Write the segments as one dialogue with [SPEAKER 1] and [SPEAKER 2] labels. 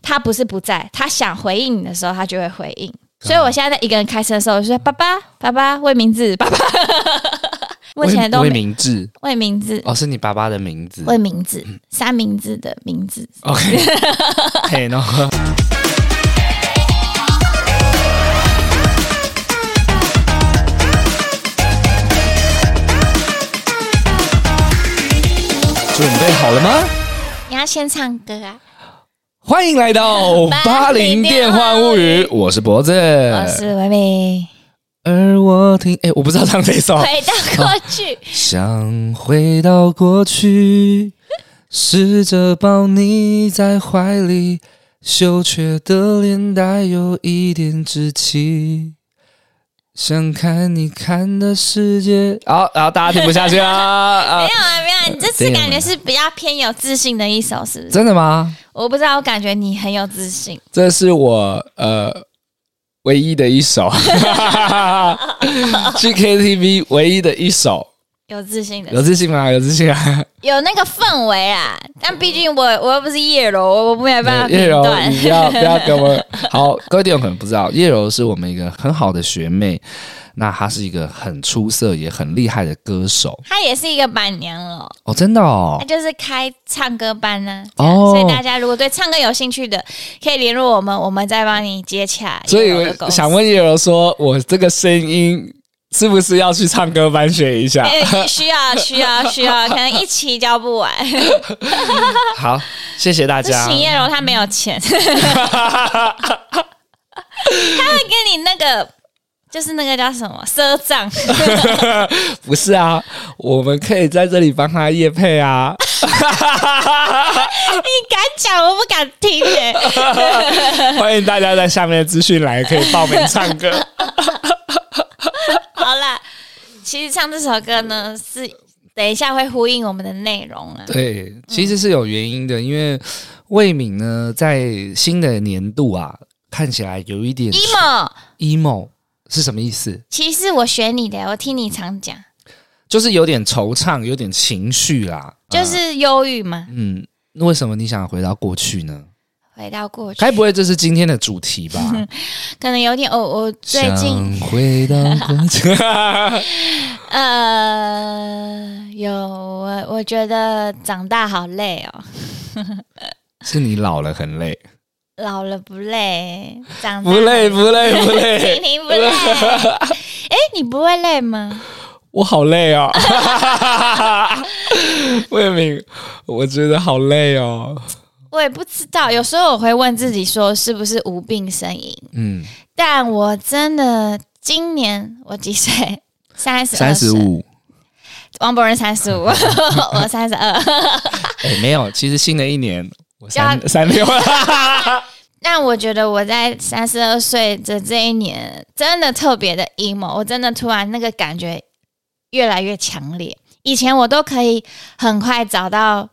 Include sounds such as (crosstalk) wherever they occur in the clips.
[SPEAKER 1] 他不是不在，他想回应你的时候，他就会回应。
[SPEAKER 2] 啊
[SPEAKER 1] 所以我现在在一个人开车的时候，我就说：“爸爸，爸爸，魏明志，爸爸。” (laughs) 我以前都
[SPEAKER 2] 魏
[SPEAKER 1] 没
[SPEAKER 2] 明志
[SPEAKER 1] 魏明志，
[SPEAKER 2] 哦，是你爸爸的名字。
[SPEAKER 1] 魏明志，三明治的名字。
[SPEAKER 2] OK，嘿，然后准备好了吗？
[SPEAKER 1] 你要先唱歌啊！
[SPEAKER 2] 欢迎来到《八零电幻物语》，我是脖子，
[SPEAKER 1] 我是魏明，
[SPEAKER 2] 而我听，哎、我不知道唱这首，
[SPEAKER 1] 回到过去，
[SPEAKER 2] 哦想回到过去，试着抱你在怀里，羞怯的脸带有一点稚气。想看你看的世界，好，然后大家听不下去 (laughs) 啦啊
[SPEAKER 1] 没！有啊，没有啊，你这次
[SPEAKER 2] 对
[SPEAKER 1] 感觉是比较偏有自信的一首，是不是？
[SPEAKER 2] 真的吗？
[SPEAKER 1] 我不知道，我感觉你很有自信。
[SPEAKER 2] 这是我呃唯一的一 (laughs) 首，去 KTV 唯一的一首，
[SPEAKER 1] 有自信的，
[SPEAKER 2] 有自信吗？有自信啊！
[SPEAKER 1] 有那个氛围啊，但毕竟我我又不是叶柔，我没有办法
[SPEAKER 2] 叶
[SPEAKER 1] 评
[SPEAKER 2] 柔，
[SPEAKER 1] 断。 (laughs)
[SPEAKER 2] 你要不要给我们？好，各位听众可能不知道，叶柔是我们一个很好的学妹，那她是一个很出色也很厉害的歌手
[SPEAKER 1] 她也是一个板娘了，
[SPEAKER 2] 哦，真的
[SPEAKER 1] 她
[SPEAKER 2] 哦，
[SPEAKER 1] 就是开唱歌班呢、啊。
[SPEAKER 2] 哦
[SPEAKER 1] 所以大家如果对唱歌有兴趣的，可以联络我们，我们再帮你接洽。
[SPEAKER 2] 所以
[SPEAKER 1] 叶柔的公
[SPEAKER 2] 我
[SPEAKER 1] 司
[SPEAKER 2] 想，问叶柔说，我这个声音是不是要去唱歌班学一下？
[SPEAKER 1] 哎需要需要需要，可能一期教不
[SPEAKER 2] (laughs)
[SPEAKER 1] 完。
[SPEAKER 2] 好，谢谢大
[SPEAKER 1] 不
[SPEAKER 2] 家
[SPEAKER 1] 行，。叶柔她没有
[SPEAKER 2] (laughs)
[SPEAKER 1] 钱，她会给你那个，就是那个叫什么赊账。
[SPEAKER 2] 不是啊，我们可以在这里帮她叶
[SPEAKER 1] (laughs)
[SPEAKER 2] 配啊。
[SPEAKER 1] 你敢讲，我不敢听耶、
[SPEAKER 2] 欢迎大家在下面的资讯栏可以报名唱歌。
[SPEAKER 1] 好啦，其实唱这首歌呢，是等一下会呼应我们的内容啊。
[SPEAKER 2] 对，其实是有原因的，因为魏敏呢，在新的年度啊，看起来有一点
[SPEAKER 1] emo，
[SPEAKER 2] emo 是什么意思？
[SPEAKER 1] 其实我学你的，我听你常
[SPEAKER 2] 啊
[SPEAKER 1] 讲，
[SPEAKER 2] 就是有点惆怅，有点情绪啦。
[SPEAKER 1] 就
[SPEAKER 2] 呃
[SPEAKER 1] 是忧郁嘛。
[SPEAKER 2] 嗯，那为什么你想回到过去呢？
[SPEAKER 1] 回到过去，
[SPEAKER 2] 该不会这是今天的主题吧？
[SPEAKER 1] 可能有点哦，我最近
[SPEAKER 2] 想回到过去，
[SPEAKER 1] 呃有我，我觉得长大好累哦，
[SPEAKER 2] (laughs) 是你老了很累，
[SPEAKER 1] 老了不累，长大
[SPEAKER 2] 不累不累不累
[SPEAKER 1] 婷，婷不
[SPEAKER 2] (laughs)
[SPEAKER 1] 累。哎、你不会累吗？
[SPEAKER 2] 我好累哦。 (laughs) 魏敏，我觉得好累哦。
[SPEAKER 1] 我也不知道，有时候我会问自己说，是不是无病呻吟？
[SPEAKER 2] 嗯，
[SPEAKER 1] 但我真的今年我几岁？三十，
[SPEAKER 2] 三十。五。
[SPEAKER 1] 王博仁三十五， (laughs) 我三十二。
[SPEAKER 2] 哎，没有，其实新的一年我
[SPEAKER 1] 加
[SPEAKER 2] 三三六，
[SPEAKER 1] 但我觉得我在三十二岁的这一年，真的特别的 emo，我真的突然那个感觉越来越强烈。以前我都可以很快找到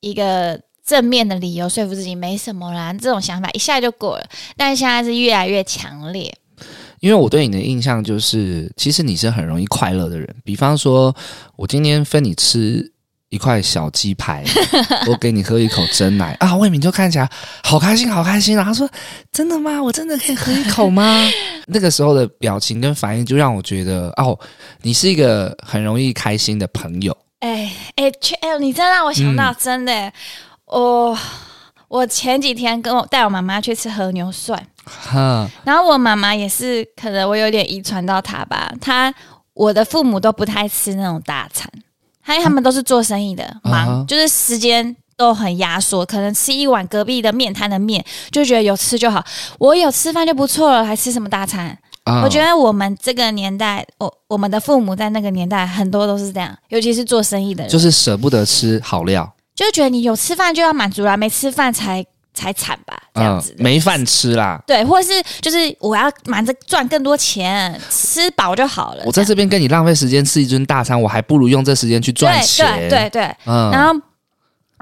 [SPEAKER 1] 一个正面的理由说服自己没什么啦，这种想法一下就过了。但现在是越来越强烈，
[SPEAKER 2] (laughs) 因为我对你的印象就是，其实你是很容易快乐的人。比方说，我今天分你吃一块小鸡排， (laughs) 我给你喝一口真奶啊，魏敏就看起来好开心，好开心。然后他说：“真的吗？我真的可以喝一口吗？” (laughs) 那个时候的表情跟反应，就让我觉得哦，你是一个很容易开心的朋友。
[SPEAKER 1] 哎哎，确哎呦，你真让我想到，真的耶，我我前几天跟我带我妈妈去吃和牛涮，
[SPEAKER 2] 哈，
[SPEAKER 1] 然后我妈妈也是，可能我有点遗传到她吧，她我的父母都不太吃那种大餐，还有他们都是做生意的，
[SPEAKER 2] 啊
[SPEAKER 1] 忙、
[SPEAKER 2] 啊
[SPEAKER 1] 就是时间。都很压缩，可能吃一碗隔壁的面摊的面，就觉得有吃就好。我有吃饭就不错了，还吃什么大餐？
[SPEAKER 2] 啊
[SPEAKER 1] 我觉得我们这个年代，我我们的父母在那个年代很多都是这样，尤其是做生意的人，
[SPEAKER 2] 就是舍不得吃好料，
[SPEAKER 1] 就觉得你有吃饭就要满足啊啦，没吃饭才才惨吧，这样子、
[SPEAKER 2] 嗯，没。饭吃啦。
[SPEAKER 1] 对，或者是就是我要忙着赚更多钱，吃饱就好了。
[SPEAKER 2] 我在
[SPEAKER 1] 这
[SPEAKER 2] 这边跟你浪费时间吃一顿大餐，我还不如用这时间去
[SPEAKER 1] 样
[SPEAKER 2] 赚钱。
[SPEAKER 1] 对对对对。
[SPEAKER 2] 嗯
[SPEAKER 1] 然后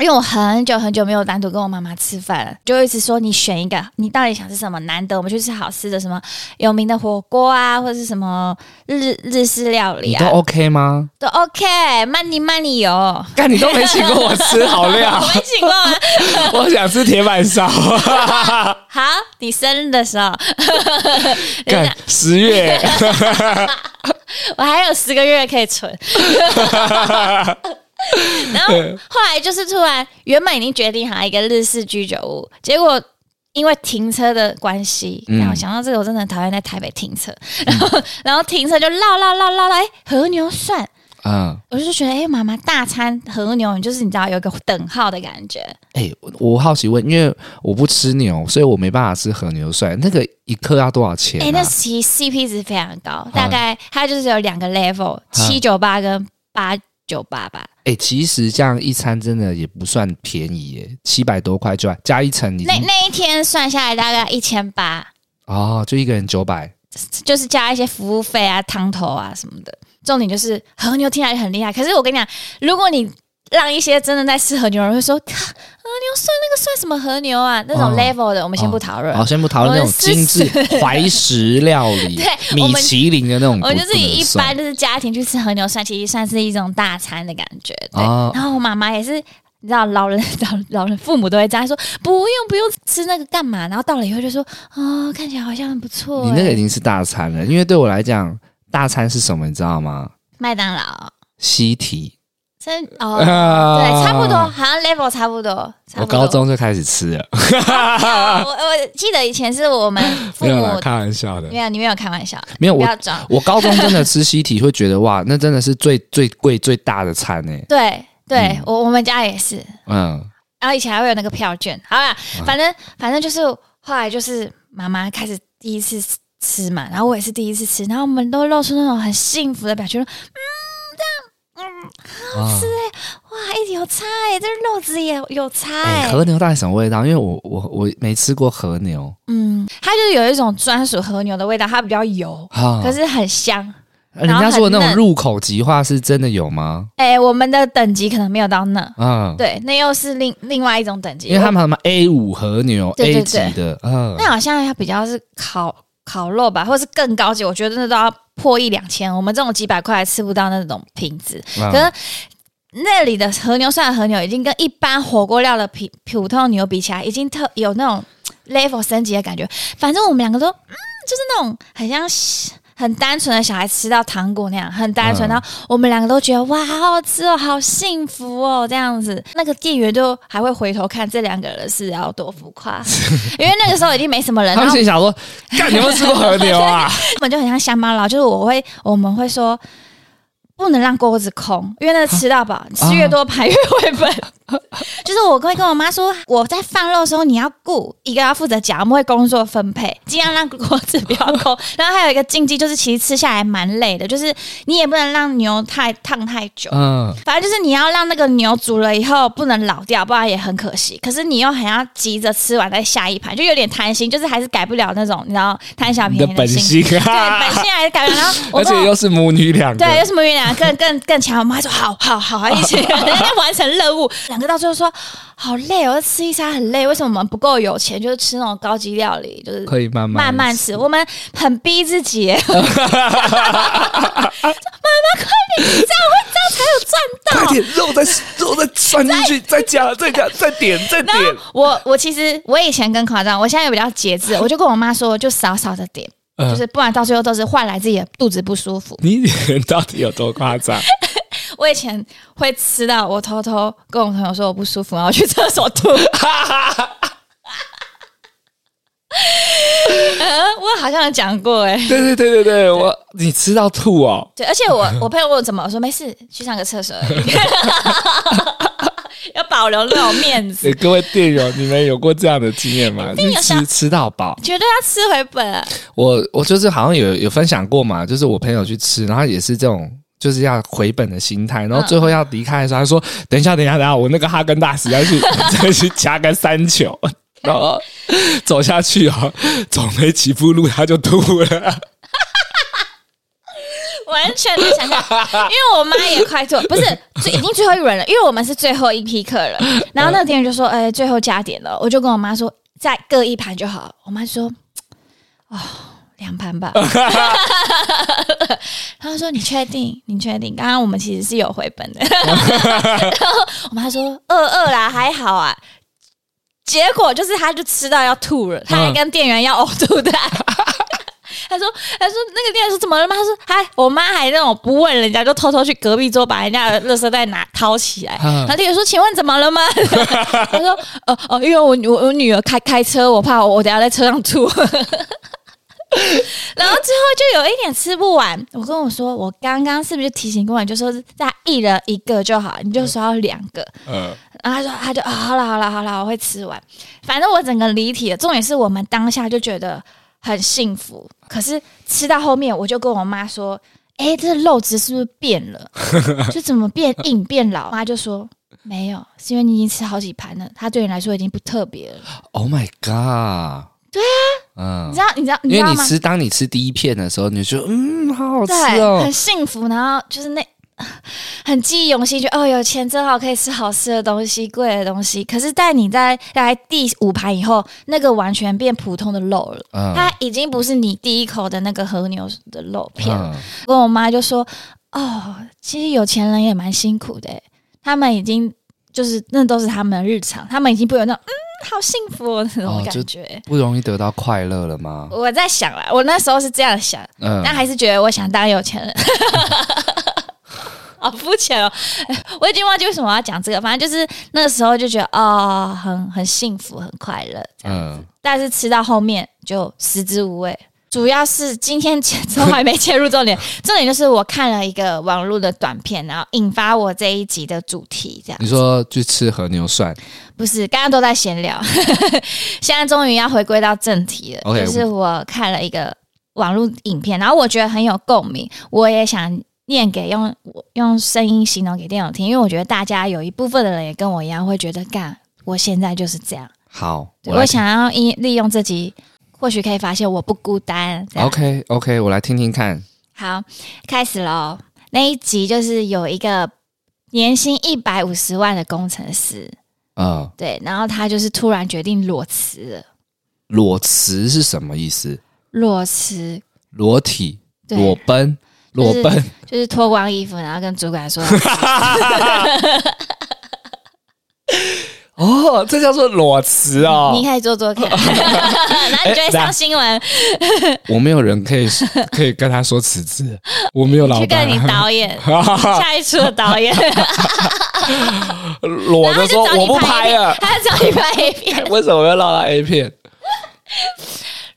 [SPEAKER 1] 因为我很久很久没有单独跟我妈妈吃饭了，就一直说你选一个，你到底想吃什么？难得我们去吃好吃的，什么有名的火锅啊，或者是什么日日式料理
[SPEAKER 2] 你都
[SPEAKER 1] 啊，(laughs)
[SPEAKER 2] OK 吗？
[SPEAKER 1] 都 OK。慢你慢你有，
[SPEAKER 2] 干，你都没请过我吃好
[SPEAKER 1] (laughs)
[SPEAKER 2] 料
[SPEAKER 1] 我，没请过啊。
[SPEAKER 2] 我想吃铁板烧。
[SPEAKER 1] 好，你生日的时候，
[SPEAKER 2] 干，十
[SPEAKER 1] (laughs)
[SPEAKER 2] 月
[SPEAKER 1] 我还有十个月可以存。然后后来就是突然，原本已经决定好一个日式居酒屋，结果因为停车的关系，
[SPEAKER 2] 嗯
[SPEAKER 1] 然后想到这个，我真的很讨厌在台北停车。然后，然后停车就绕绕绕绕绕，哎，和牛涮，
[SPEAKER 2] 嗯，
[SPEAKER 1] 我就觉得，哎，妈妈大餐和牛，就是你知道有一个等号的感觉，
[SPEAKER 2] 哎、我我好奇问，因为我不吃牛，所以我没办法吃和牛涮。那个一克要多少钱、啊？
[SPEAKER 1] 哎，那其实 CP 值非常高，大概它就是有两个 level，七九八跟八九八吧。
[SPEAKER 2] 哎、其实这样一餐真的也不算便宜耶，七百多块就加一层已
[SPEAKER 1] 那
[SPEAKER 2] 经
[SPEAKER 1] 那一天算下来大概一千八，
[SPEAKER 2] 哦，就一个人九百。
[SPEAKER 1] 就是加一些服务费啊、汤头啊什么的。重点就是和牛听起来很厉害，可是我跟你讲，如果你让一些真的在吃和牛的人会说，啊看和牛算那个算什么和牛啊？那种
[SPEAKER 2] 哦
[SPEAKER 1] level 的，我们先不讨论。
[SPEAKER 2] 好，先不讨论那
[SPEAKER 1] 我
[SPEAKER 2] 种
[SPEAKER 1] 们
[SPEAKER 2] 精致
[SPEAKER 1] 试
[SPEAKER 2] (laughs) 怀石料
[SPEAKER 1] (laughs)
[SPEAKER 2] 理
[SPEAKER 1] 对、我
[SPEAKER 2] 米
[SPEAKER 1] 们
[SPEAKER 2] 其林的那种不，
[SPEAKER 1] 我就是以一
[SPEAKER 2] 不能算
[SPEAKER 1] 般就是家庭去吃和牛涮，其实算是一种大餐的感觉。对，
[SPEAKER 2] 哦
[SPEAKER 1] 然后我妈妈也是。你知道老人老老人父母都会这样说，不用不用吃那个干嘛？然后到了以后就说，哦，看起来好像很不错、
[SPEAKER 2] 你那个
[SPEAKER 1] 欸
[SPEAKER 2] 已经是大餐了，因为对我来讲，大餐是什么，你知道吗？
[SPEAKER 1] 麦当劳，
[SPEAKER 2] 西提，
[SPEAKER 1] 真
[SPEAKER 2] (laughs)
[SPEAKER 1] 哦，
[SPEAKER 2] 对
[SPEAKER 1] 对，差不多，好像 level 差不多。差
[SPEAKER 2] 啊我
[SPEAKER 1] 不多
[SPEAKER 2] 高，中就开始吃了，
[SPEAKER 1] 我我记得以前是我们父
[SPEAKER 2] (laughs) 没有
[SPEAKER 1] 母
[SPEAKER 2] 啦，开玩笑的
[SPEAKER 1] 没，有，你没有开玩笑，
[SPEAKER 2] 没有
[SPEAKER 1] 不
[SPEAKER 2] (laughs) 我。
[SPEAKER 1] 要装。
[SPEAKER 2] 我高中真的吃西提，会觉得哇，那真的是最最贵最大的餐诶、
[SPEAKER 1] 对对
[SPEAKER 2] 嗯，
[SPEAKER 1] 我我们家也是，
[SPEAKER 2] 嗯，
[SPEAKER 1] 然后以前还会有那个票券。好啦，反正反正就是后来就是妈妈开始第一次吃嘛，然后我也是第一次吃，然后我们都露出那种很幸福的表情，说哦
[SPEAKER 2] 啊
[SPEAKER 1] 哇，哎有差哎，这肉质也有差
[SPEAKER 2] 哎、
[SPEAKER 1] 哎。
[SPEAKER 2] 和牛到底什么味道？因为我我我没吃过和牛
[SPEAKER 1] 嗯，它就是有一种专属和牛的味道，它比较油，
[SPEAKER 2] 啊。
[SPEAKER 1] 可是很香。
[SPEAKER 2] 人家
[SPEAKER 1] 然后
[SPEAKER 2] 说的那
[SPEAKER 1] 很嫩
[SPEAKER 2] 种入口即化是真的有吗？
[SPEAKER 1] 哎、我们的等级可能没有到那，
[SPEAKER 2] 啊，
[SPEAKER 1] 对，那又是另另外一种等级。
[SPEAKER 2] 因为他们什么 A 五和牛
[SPEAKER 1] 对
[SPEAKER 2] A
[SPEAKER 1] 对
[SPEAKER 2] 级
[SPEAKER 1] 对
[SPEAKER 2] 的，嗯，
[SPEAKER 1] 那好像它比较是烤烤肉吧，或是更高级，我觉得那都要破一两千，我们这种几百块还吃不到那种品质。
[SPEAKER 2] 嗯
[SPEAKER 1] 可是那里的和牛涮和牛已经跟一般火锅料的普普通牛比起来，已经特有那种 level 升级的感觉。反正我们两个都，嗯，就是那种很像很单纯的小孩吃到糖果那样，很单纯。
[SPEAKER 2] 嗯
[SPEAKER 1] 然后我们两个都觉得哇，好好吃哦，好幸福哦，这样子。那个店员就还会回头看这两个人是要多浮夸， (laughs) 因为那个时候已经没什么
[SPEAKER 2] (laughs)
[SPEAKER 1] 人，
[SPEAKER 2] 他
[SPEAKER 1] 然
[SPEAKER 2] 们
[SPEAKER 1] 后 (laughs)
[SPEAKER 2] 心里想说，干，你有没有吃过和牛啊？
[SPEAKER 1] 我们就很像乡巴佬，就是我会我们会说。不能让锅子空，因为那个吃到
[SPEAKER 2] 啊
[SPEAKER 1] 饱，吃越多排越会
[SPEAKER 2] (laughs)
[SPEAKER 1] 笨。就是我会跟我妈说，我在放肉的时候你要顾一个要负责夹，我们会工作分配，尽量让锅子不要空。 (laughs) 然后还有一个禁忌就是，其实吃下来蛮累的，就是你也不能让牛太烫太久。
[SPEAKER 2] (laughs) 嗯，
[SPEAKER 1] 反正就是你要让那个牛煮了以后不能老掉，不然也很可惜。可是你又很要急着吃完再下一盘，就有点贪心，就是还是改不了那种你知道贪小
[SPEAKER 2] 你
[SPEAKER 1] 便
[SPEAKER 2] 的
[SPEAKER 1] 宜
[SPEAKER 2] 本
[SPEAKER 1] 心。
[SPEAKER 2] 性
[SPEAKER 1] (laughs) 对，
[SPEAKER 2] 啊
[SPEAKER 1] 本，性还是改不了。然后我
[SPEAKER 2] (laughs) 而
[SPEAKER 1] 跟
[SPEAKER 2] 且
[SPEAKER 1] 我
[SPEAKER 2] 又是母女两个，
[SPEAKER 1] 对，又是母女俩啊更更更强。我妈说好好好，一
[SPEAKER 2] (laughs)
[SPEAKER 1] 起要完成任务。两个到最后说好累哦，吃一餐很累。为什么我们不够有钱，就是吃那种高级料理，就是
[SPEAKER 2] 可以慢慢
[SPEAKER 1] 慢慢吃。我们很逼自己耶， (laughs) 妈妈快点，这样会这样才有赚到。
[SPEAKER 2] 快点肉再肉再穿进去，再加再加再点再点
[SPEAKER 1] 然后我我其实我以前更夸张，我现在也比较节制，我就跟我妈说，就少少的点，
[SPEAKER 2] 嗯
[SPEAKER 1] 就是不然到最后都是换来自己的肚子不舒服。
[SPEAKER 2] 你以前到底有多夸张？
[SPEAKER 1] 我以前会吃到我偷偷跟我朋友说我不舒服，然后去厕所吐。呃，我好像有讲过哎、
[SPEAKER 2] (laughs) 对对对对对，我你吃到
[SPEAKER 1] (laughs)
[SPEAKER 2] 吐哦，
[SPEAKER 1] 对，而且我我朋友问我怎么，我说没事，去上个厕所而已， (laughs) 要保留那种面子，
[SPEAKER 2] (laughs) 对各位店友，你们有过这样的经验吗？
[SPEAKER 1] 定
[SPEAKER 2] 是
[SPEAKER 1] 有想
[SPEAKER 2] 吃吃到饱，
[SPEAKER 1] 绝对要吃回本啊！
[SPEAKER 2] 我我就是好像有有分享过嘛，就是我朋友去吃，然后也是这种。就是要回本的心态，
[SPEAKER 1] 嗯
[SPEAKER 2] 然后最后要离开的时候，他说：“等一下，等一下，等一下，我那个哈根达斯
[SPEAKER 1] (laughs)
[SPEAKER 2] 要去再去加个三球，然后走下去哦，走没几步路他就吐了。
[SPEAKER 1] 我 (laughs) 完全没想象，因为我妈也快做，不是最已经最后一轮了，因为我们是最后一批客了。然后那个店员就说：“哎、最后加点了。”我就跟我妈说：“再各一盘就好。”我妈说：“哦，两盘吧。” (laughs) 她说：“你确定？你确定？刚刚我们其实是有回本的。” (laughs) 然后我妈说：“二二啦，还好啊。”结果就是，她就吃到要吐了，她还跟店员要呕吐的。他说：“他说那个店员说怎么了吗？”他说：“还我妈还那种不问人家，就偷偷去隔壁桌把人家的垃圾袋拿掏起来。”
[SPEAKER 2] 嗯
[SPEAKER 1] 然后店员说：“请问怎么了吗？” (laughs) 他说：“哦哦，因为我女我我女儿开开车，我怕我我等下在车上吐。” (laughs) 然后之后就有一点吃不完。我跟我说，我刚刚是不是就提醒过你，就说再一人一个就好，你就说要两个。
[SPEAKER 2] 呃，
[SPEAKER 1] 然后他说，他就啊、好了好了好了，我会吃完。反正我整个离体了，重点是我们当下就觉得很幸福。可是吃到后面，我就跟我妈说：“哎、这肉质是不是变
[SPEAKER 2] (laughs)
[SPEAKER 1] 了？就怎么变硬变老？”妈就说：“没有，是因为你已经吃好几盘了，它对你来说已经不特别了。
[SPEAKER 2] Oh my god！对
[SPEAKER 1] 你
[SPEAKER 2] 啊，嗯
[SPEAKER 1] 知，道，你知道，你知
[SPEAKER 2] 因为
[SPEAKER 1] 道
[SPEAKER 2] 你
[SPEAKER 1] 吗？
[SPEAKER 2] 吃，当你吃第一片的时候，你就觉得嗯，好好吃
[SPEAKER 1] 对，
[SPEAKER 2] 哦
[SPEAKER 1] 很。幸福，然后就是那 (sighs) 很记忆犹新，觉得哦有钱真好，可以吃好吃的东西、贵的东西。可是，在你在大概第五盘以后，那个完全变普通的肉了，
[SPEAKER 2] 嗯
[SPEAKER 1] 它已经不是你第一口的那个和牛的肉片了。
[SPEAKER 2] 嗯，
[SPEAKER 1] 跟我妈就说：“哦，其实有钱人也蛮辛苦的欸，他们已经就是那都是他们的日常，他们已经不会有那种嗯好幸福、哦、那
[SPEAKER 2] 哦
[SPEAKER 1] 种
[SPEAKER 2] 就
[SPEAKER 1] 感觉。
[SPEAKER 2] 不容易得到快乐了吗？
[SPEAKER 1] 我在想啦，我那时候是这样想，
[SPEAKER 2] 嗯
[SPEAKER 1] 但还是觉得我想当有钱人。 (laughs) 好肤浅哦！我已经忘记为什么我要讲这个，反正就是那时候就觉得哦，很很幸福，很快乐这样。
[SPEAKER 2] 嗯，
[SPEAKER 1] 但是吃到后面就食之无味。主要是今天切都还没切入重点， (laughs) 重点就是我看了一个网络的短片，然后引发我这一集的主题。这样
[SPEAKER 2] 你说去吃和牛涮
[SPEAKER 1] 不是刚刚都在闲聊， (laughs) 现在终于要回归到正题了。
[SPEAKER 2] OK，
[SPEAKER 1] 就是我看了一个网络影片，然后我觉得很有共鸣，我也想念给用我用声音形容给电友听，因为我觉得大家有一部分的人也跟我一样会觉得，干，我现在就是这样，
[SPEAKER 2] 好，
[SPEAKER 1] 对
[SPEAKER 2] 来
[SPEAKER 1] 我想要利利用自己，或许可以发现我不孤单。这样
[SPEAKER 2] OK OK，我来听听看。
[SPEAKER 1] 好，开始喽。那一集就是有一个年薪一百五十万的工程师，
[SPEAKER 2] 嗯，
[SPEAKER 1] 对，然后他就是突然决定裸辞了。
[SPEAKER 2] 裸辞是什么意思？
[SPEAKER 1] 裸辞，
[SPEAKER 2] 裸体、
[SPEAKER 1] 对，
[SPEAKER 2] 裸奔、裸
[SPEAKER 1] 就是 (laughs)
[SPEAKER 2] 奔，
[SPEAKER 1] 就是脱光衣服，然后跟主管
[SPEAKER 2] (laughs)
[SPEAKER 1] 说，
[SPEAKER 2] 哦，这叫做裸辞哦。
[SPEAKER 1] 你可以做做
[SPEAKER 2] (laughs)
[SPEAKER 1] 看， (laughs) 然后你就
[SPEAKER 2] 哎
[SPEAKER 1] 会上新闻，
[SPEAKER 2] 我没有人
[SPEAKER 1] (laughs)
[SPEAKER 2] 可以可以跟他说辞职，我没有老
[SPEAKER 1] 去
[SPEAKER 2] 板啊
[SPEAKER 1] 跟
[SPEAKER 2] (laughs)
[SPEAKER 1] 你导演下一出的导演，
[SPEAKER 2] 裸
[SPEAKER 1] 然后他
[SPEAKER 2] 的说
[SPEAKER 1] 就找
[SPEAKER 2] 我
[SPEAKER 1] 你
[SPEAKER 2] 不
[SPEAKER 1] 拍
[SPEAKER 2] 拍
[SPEAKER 1] A 片
[SPEAKER 2] 了，
[SPEAKER 1] 他就找你拍 A 片。
[SPEAKER 2] (laughs) 为什么要让他 A 片？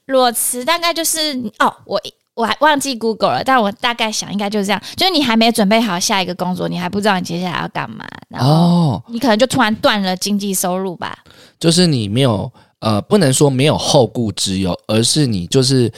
[SPEAKER 1] 裸辞大概就是哦，我我还忘记 Google 了，但我大概想应该就是这样，就是你还没准备好下一个工作，你还不知道你接下来要干嘛，然后
[SPEAKER 2] 哦，
[SPEAKER 1] 你可能就突然断了经济收入吧。
[SPEAKER 2] 就是你没有呃，不能说没有后顾之忧，而是你就是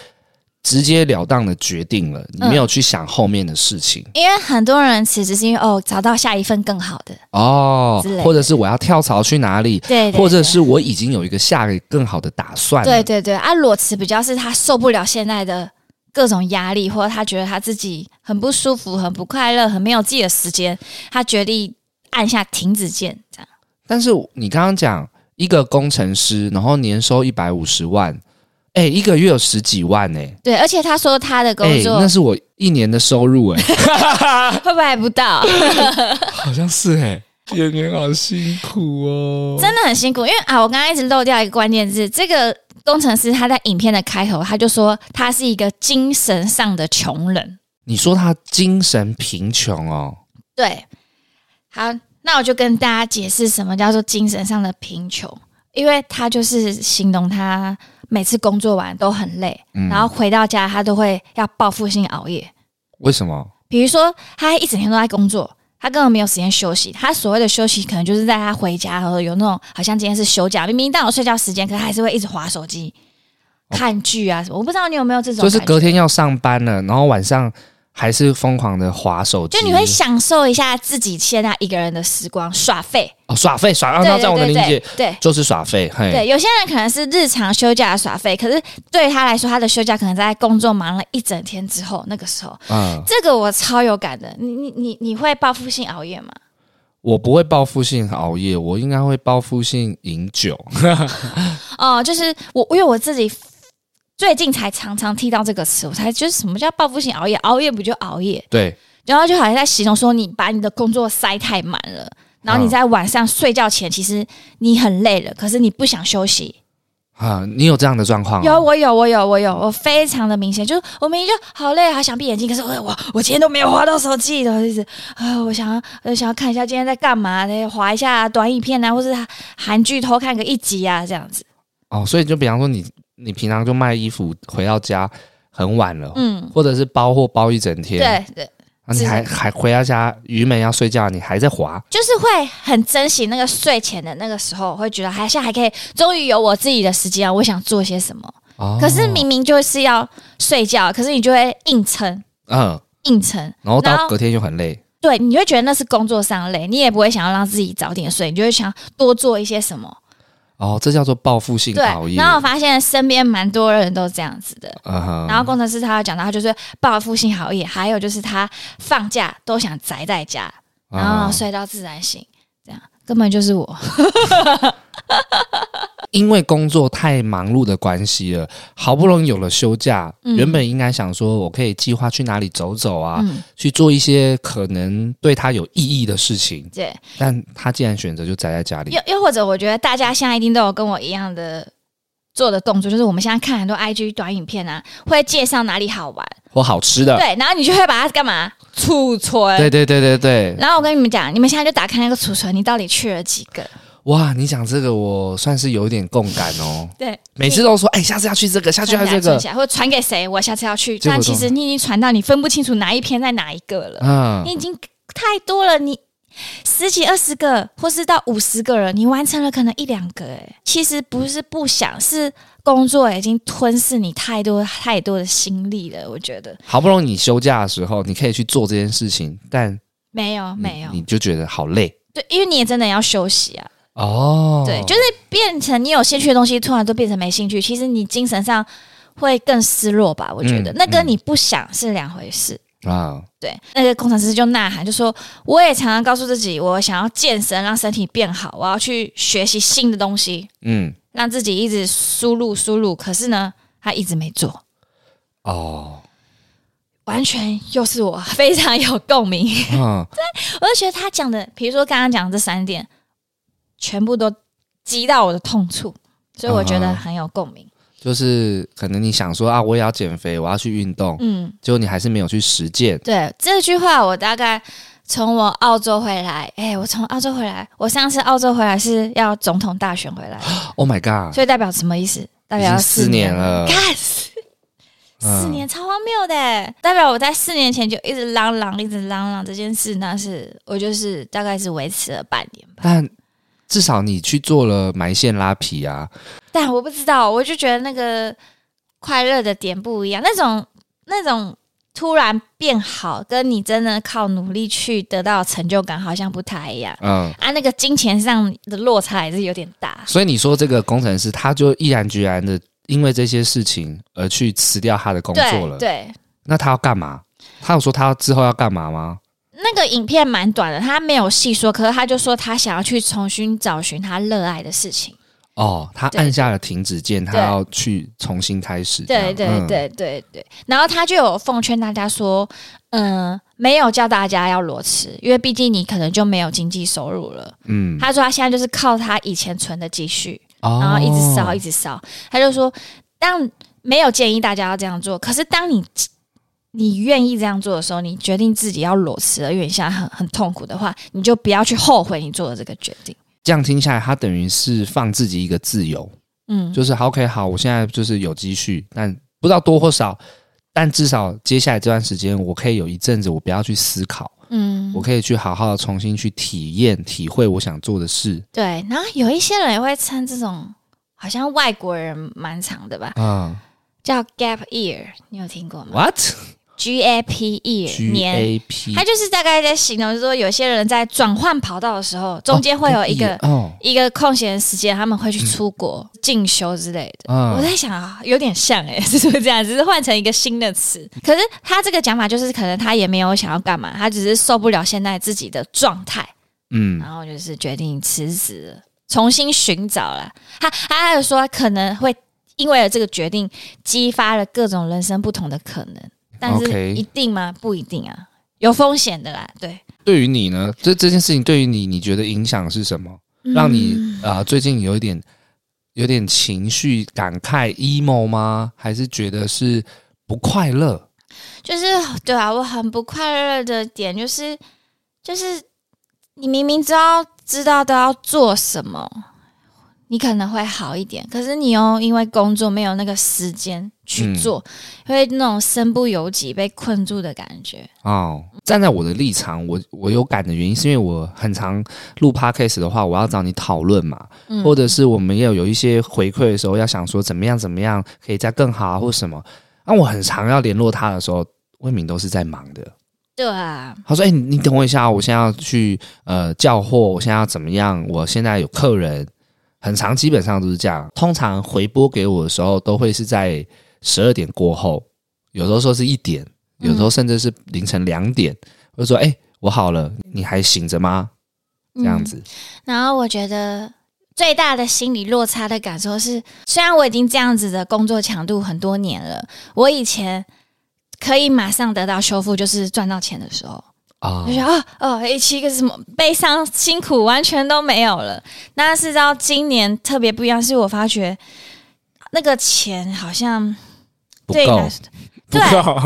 [SPEAKER 2] 直截了当的决定了，你没
[SPEAKER 1] 嗯
[SPEAKER 2] 有去想后面的事情、
[SPEAKER 1] 因为很多人辞职是因为哦找到下一份更好的，
[SPEAKER 2] 哦
[SPEAKER 1] 之类，的
[SPEAKER 2] 或者是我要跳槽去哪里，
[SPEAKER 1] 对对
[SPEAKER 2] 或者是我已经有一个下一个更好的打算了
[SPEAKER 1] 对对对，啊，裸辞比较是他受不了现在的各种压力，或者他觉得他自己很不舒服、很不快乐、很没有自己的时间，他决定按下停止键，这样。
[SPEAKER 2] 但是你刚刚讲一个工程师，然后年收一百五十万，哎、一个月有十几万哎、
[SPEAKER 1] 对，而且他说他的工
[SPEAKER 2] 哎、
[SPEAKER 1] 作、
[SPEAKER 2] 那是我一年的收入哎、
[SPEAKER 1] (laughs) 会不会还不到，
[SPEAKER 2] (laughs) 好像是哎、演员好辛苦哦
[SPEAKER 1] 真的很辛苦。因为啊，我刚刚一直漏掉一个关键字，这个工程师他在影片的开头他就说他是一个精神上的穷人，
[SPEAKER 2] 你说他精神贫穷哦，
[SPEAKER 1] 对，好，那我就跟大家解释什么叫做精神上的贫穷，因为他就是形容他每次工作完都很累，
[SPEAKER 2] 嗯
[SPEAKER 1] 然后回到家他都会要报复性熬夜。
[SPEAKER 2] 为什么？
[SPEAKER 1] 比如说，他一整天都在工作，他根本没有时间休息。他所谓的休息，可能就是在他回家和有那种好像今天是休假，明明到我睡觉时间，可他还是会一直划手机、看剧啊什么。我不知道你有没有这种
[SPEAKER 2] 哦就
[SPEAKER 1] 感觉，
[SPEAKER 2] 是隔天要上班了，然后晚上还是疯狂的划手机，
[SPEAKER 1] 就你会享受一下自己现在一个人的时光，耍废。
[SPEAKER 2] 哦耍废耍，啊
[SPEAKER 1] 对
[SPEAKER 2] 那
[SPEAKER 1] 对
[SPEAKER 2] 在我的
[SPEAKER 1] 对
[SPEAKER 2] 理
[SPEAKER 1] 对
[SPEAKER 2] 解
[SPEAKER 1] 对
[SPEAKER 2] 就是耍废，嘿，
[SPEAKER 1] 对，有些人可能是日常休假的耍废，可是对他来说，他的休假可能在工作忙了一整天之后，那个时候，
[SPEAKER 2] 嗯，
[SPEAKER 1] 这个我超有感的。你你你你会报复性熬夜吗？
[SPEAKER 2] 我不会报复性熬夜，我应该会报复性饮酒。 (laughs)
[SPEAKER 1] 哦、就是我因为我自己最近才常常听到这个词，我才觉得什么叫报复性熬夜？熬夜不就熬夜？
[SPEAKER 2] 对，
[SPEAKER 1] 然后就好像在形容说你把你的工作塞太满了，然后你在晚上睡觉前其实你很累了，可是你不想休息。
[SPEAKER 2] 啊，你有这样的状况、
[SPEAKER 1] 有
[SPEAKER 2] 哦？
[SPEAKER 1] 我有我有我有我非常的明显，就是我明明就好累，好想闭眼睛，可是我我我今天都没有滑到手机，然后一直啊、我想要我想要看一下今天在干嘛，再滑一下短影片啊，或是韩剧偷看个一集啊这样子。
[SPEAKER 2] 哦，所以就比方说你，你平常就卖衣服，回到家很晚了，
[SPEAKER 1] 嗯，
[SPEAKER 2] 或者是包货包一整天，
[SPEAKER 1] 对对，
[SPEAKER 2] 啊、你还还回到家，愚昧要睡觉，你还在滑，
[SPEAKER 1] 就是会很珍惜那个睡前的那个时候，会觉得还现在还可以，终于有我自己的时间啊，我想做些什么。
[SPEAKER 2] 哦，
[SPEAKER 1] 可是明明就是要睡觉，可是你就会硬撑
[SPEAKER 2] 嗯，
[SPEAKER 1] 硬撑，
[SPEAKER 2] 然后
[SPEAKER 1] 然
[SPEAKER 2] 到
[SPEAKER 1] 后
[SPEAKER 2] 隔天就很累，
[SPEAKER 1] 对，你会觉得那是工作上累，你也不会想要让自己早点睡，你就会想多做一些什么。
[SPEAKER 2] 哦，这叫做报复性
[SPEAKER 1] 对
[SPEAKER 2] 熬，夜。
[SPEAKER 1] 然后我发现身边蛮多人都这样子的。
[SPEAKER 2] 嗯哼，
[SPEAKER 1] 然后工程师他有讲到，他就是报复性熬夜，还有就是他放假都想宅在家，然后
[SPEAKER 2] 啊嗯
[SPEAKER 1] 睡到自然醒，这样根本就是我。
[SPEAKER 2] 因为工作太忙碌的关系了，好不容易有了休假，
[SPEAKER 1] 嗯
[SPEAKER 2] 原本应该想说我可以计划去哪里走走啊，
[SPEAKER 1] 嗯，
[SPEAKER 2] 去做一些可能对他有意义的事情，
[SPEAKER 1] 对。
[SPEAKER 2] 但他既然选择就宅在家里，
[SPEAKER 1] 又又或者，我觉得大家现在一定都有跟我一样的做的动作，就是我们现在看很多 IG 短影片啊，会介绍哪里好玩，
[SPEAKER 2] 或好吃的，
[SPEAKER 1] 对，然后你就会把它干嘛储存。
[SPEAKER 2] 啊对对对对对，
[SPEAKER 1] 然后我跟你们讲，你们现在就打开那个储存，你到底去了几个？
[SPEAKER 2] 哇，你讲这个我算是有一点共感哦，
[SPEAKER 1] 对，
[SPEAKER 2] 每次都说哎、下次要去这个，下次要
[SPEAKER 1] 存
[SPEAKER 2] 去
[SPEAKER 1] 起来，存
[SPEAKER 2] 这个
[SPEAKER 1] 起，来，或者传给谁，我下次要去。
[SPEAKER 2] 结果
[SPEAKER 1] 但
[SPEAKER 2] 都
[SPEAKER 1] 其实你已经传到，你分不清楚哪一篇在哪一个了，
[SPEAKER 2] 嗯
[SPEAKER 1] 你已经太多了，你。十几、二十个，或是到五十个人，你完成了可能一两个、欸。其实不是不想，是工作已经吞噬你太多太多的心力了。我觉得
[SPEAKER 2] 好不容易你休假的时候，你可以去做这件事情，但
[SPEAKER 1] 没有
[SPEAKER 2] 你
[SPEAKER 1] 没有，
[SPEAKER 2] 嗯你就觉得好累
[SPEAKER 1] 对，因为你也真的要休息啊。
[SPEAKER 2] 哦，
[SPEAKER 1] 对，就是变成你有兴趣的东西，突然都变成没兴趣，其实你精神上会更失落吧？我觉得、
[SPEAKER 2] 嗯
[SPEAKER 1] 那跟你不想是两回事。
[SPEAKER 2] 啊，
[SPEAKER 1] 对，那个工程师就呐喊，就说我也常常告诉自己，我想要健身，让身体变好，我要去学习新的东西，
[SPEAKER 2] (laughs) 嗯，
[SPEAKER 1] 让自己一直输入输入。可是呢，他一直没做，
[SPEAKER 2] 哦，
[SPEAKER 1] 完全又是我 (laughs) 非常有共鸣。
[SPEAKER 2] 嗯，
[SPEAKER 1] 我就觉得他讲的，比如说刚刚讲的这三点，全部都击到我的痛处，所以我觉得
[SPEAKER 2] 嗯哼
[SPEAKER 1] 很有共鸣。
[SPEAKER 2] 就是可能你想说啊，我也要减肥，我要去运动，
[SPEAKER 1] 嗯。
[SPEAKER 2] 结果你还是没有去实践。
[SPEAKER 1] 对这句话，我大概从我澳洲回来，哎，我从澳洲回来，我上次澳洲回来是要总统大选回来，
[SPEAKER 2] Oh my god！
[SPEAKER 1] 所以代表什么意思？代
[SPEAKER 2] 已
[SPEAKER 1] 表要
[SPEAKER 2] 经四
[SPEAKER 1] 年
[SPEAKER 2] 年了 (laughs)
[SPEAKER 1] 干死。
[SPEAKER 2] 嗯
[SPEAKER 1] 四年超荒谬的，代表我在四年前就一直嚷嚷，一直嚷嚷这件事，那是我就是大概是维持了半年吧。
[SPEAKER 2] 但至少你去做了埋线拉皮啊，
[SPEAKER 1] 但我不知道，我就觉得那个快乐的点不一样，那种那种突然变好，跟你真的靠努力去得到成就感好像不太一样。
[SPEAKER 2] 嗯，
[SPEAKER 1] 啊，那个金钱上的落差还是有点大。
[SPEAKER 2] 所以你说这个工程师他就毅然决然的因为这些事情而去辞掉他的工作
[SPEAKER 1] 对
[SPEAKER 2] 了，
[SPEAKER 1] 对，
[SPEAKER 2] 那他要干嘛？他有说他之后要干嘛吗？
[SPEAKER 1] 那个影片蛮短的，他没有细说，可是他就说他想要去重新找寻他热爱的事情。
[SPEAKER 2] 哦，他
[SPEAKER 1] 对
[SPEAKER 2] 按下了停止键，他
[SPEAKER 1] 对
[SPEAKER 2] 要去重新开始这
[SPEAKER 1] 对
[SPEAKER 2] 样。
[SPEAKER 1] 对
[SPEAKER 2] 嗯，
[SPEAKER 1] 对对对，然后他就有奉劝大家说，嗯、没有叫大家要裸辞，因为毕竟你可能就没有经济收入了。
[SPEAKER 2] 嗯，
[SPEAKER 1] 他说他现在就是靠他以前存的积蓄，
[SPEAKER 2] 哦
[SPEAKER 1] 然后一直烧，一直烧。他就说，当没有建议大家要这样做，可是当你你愿意这样做的时候，你决定自己要裸辞了，因为你现在很很痛苦的话，你就不要去后悔你做的这个决定。
[SPEAKER 2] 这样听下来，他等于是放自己一个自由，
[SPEAKER 1] 嗯，
[SPEAKER 2] 就是好 OK 好，我现在就是有积蓄，但不知道多或少，但至少接下来这段时间，我可以有一阵子我不要去思考，
[SPEAKER 1] 嗯
[SPEAKER 2] 我可以去好好的重新去体验、体会我想做的事
[SPEAKER 1] 对。然后有一些人也会称这种，好像外国人蛮长的吧，
[SPEAKER 2] 啊。
[SPEAKER 1] 叫 gap year，你有听过吗
[SPEAKER 2] What？
[SPEAKER 1] G A P E
[SPEAKER 2] G
[SPEAKER 1] 年。
[SPEAKER 2] A P，
[SPEAKER 1] 它就是大概在形容，就是说有些人在转换跑道的时候，中间会有一个、
[SPEAKER 2] 哦，
[SPEAKER 1] 一个空闲时间，他们会去出国进修之类的。我
[SPEAKER 2] 嗯，
[SPEAKER 1] 在想啊，有点像哎、 (laughs) 是不是这样？只是换成一个新的词。可是他这个讲法就是，可能他也没有想要干嘛，他只是受不了现在自己的状态，
[SPEAKER 2] 嗯，
[SPEAKER 1] 然后就是决定辞职了，重新寻找了。他他还有说，可能会因为了这个决定，激发了各种人生不同的可能，但
[SPEAKER 2] OK
[SPEAKER 1] 是一定吗？不一定啊，有风险的啦。对，
[SPEAKER 2] 对于你呢，这这件事情对于你，你觉得影响是什么？让你
[SPEAKER 1] 嗯
[SPEAKER 2] 啊、呃最近有一点有点情绪感慨 emo 吗？还是觉得是不快乐？
[SPEAKER 1] 就是对啊，我很不快乐的点就是，就是你明明知道知道都要做什么，你可能会好一点，可是你又因为工作没有那个时间
[SPEAKER 2] 嗯
[SPEAKER 1] 去做，会那种身不由己被困住的感觉。
[SPEAKER 2] 哦，站在我的立场，我我有感的原因是因为我很常录 podcast 的话，我要找你讨论嘛，
[SPEAKER 1] 嗯
[SPEAKER 2] 或者是我们要有一些回馈的时候，要想说怎么样怎么样可以再更好啊，或什么。那、我很常要联络他的时候，魏敏都是在忙的。
[SPEAKER 1] 对啊，
[SPEAKER 2] 他说：“哎、你你等我一下，我现在要去呃叫货，我现在要怎么样？我现在有客人，很长，基本上都是这样。通常回拨给我的时候，都会是在十二点过后，有时候说是一点，
[SPEAKER 1] 嗯
[SPEAKER 2] 有时候甚至是凌晨两点。我就说：哎、我好了，你还醒着吗？这样子，
[SPEAKER 1] 嗯然后我觉得最大的心理落差的感受是，虽然我已经这样子的工作强度很多年了，我以前可以马上得到修复，就是赚到钱的时候。
[SPEAKER 2] 啊
[SPEAKER 1] 就，觉得啊哦，一期一个什么悲伤、辛苦完全都没有了。那是到今年特别不一样，是我发觉那个钱好像
[SPEAKER 2] 不
[SPEAKER 1] 对你
[SPEAKER 2] 够
[SPEAKER 1] 来，说
[SPEAKER 2] 不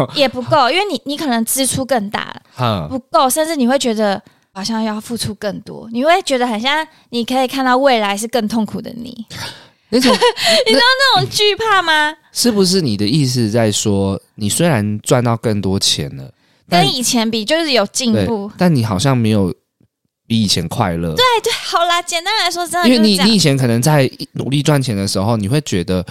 [SPEAKER 2] 够，
[SPEAKER 1] 也不够，因为你你可能支出更大了，
[SPEAKER 2] 哼，
[SPEAKER 1] 不够，甚至你会觉得好像要付出更多，你会觉得很像你可以看到未来是更痛苦的你，
[SPEAKER 2] 那 (laughs) 种
[SPEAKER 1] 那种惧怕吗？
[SPEAKER 2] 是不是你的意思在说，你虽然赚到更多钱了，但
[SPEAKER 1] 跟以前比就是有进
[SPEAKER 2] 对
[SPEAKER 1] 步，，
[SPEAKER 2] 但你好像没有比以前快乐。
[SPEAKER 1] 对 (laughs) 对，好啦，简单来说，真的
[SPEAKER 2] 因
[SPEAKER 1] 就是
[SPEAKER 2] 为
[SPEAKER 1] 这
[SPEAKER 2] 你
[SPEAKER 1] 样
[SPEAKER 2] 你以前可能在努力赚钱的时候，你会觉得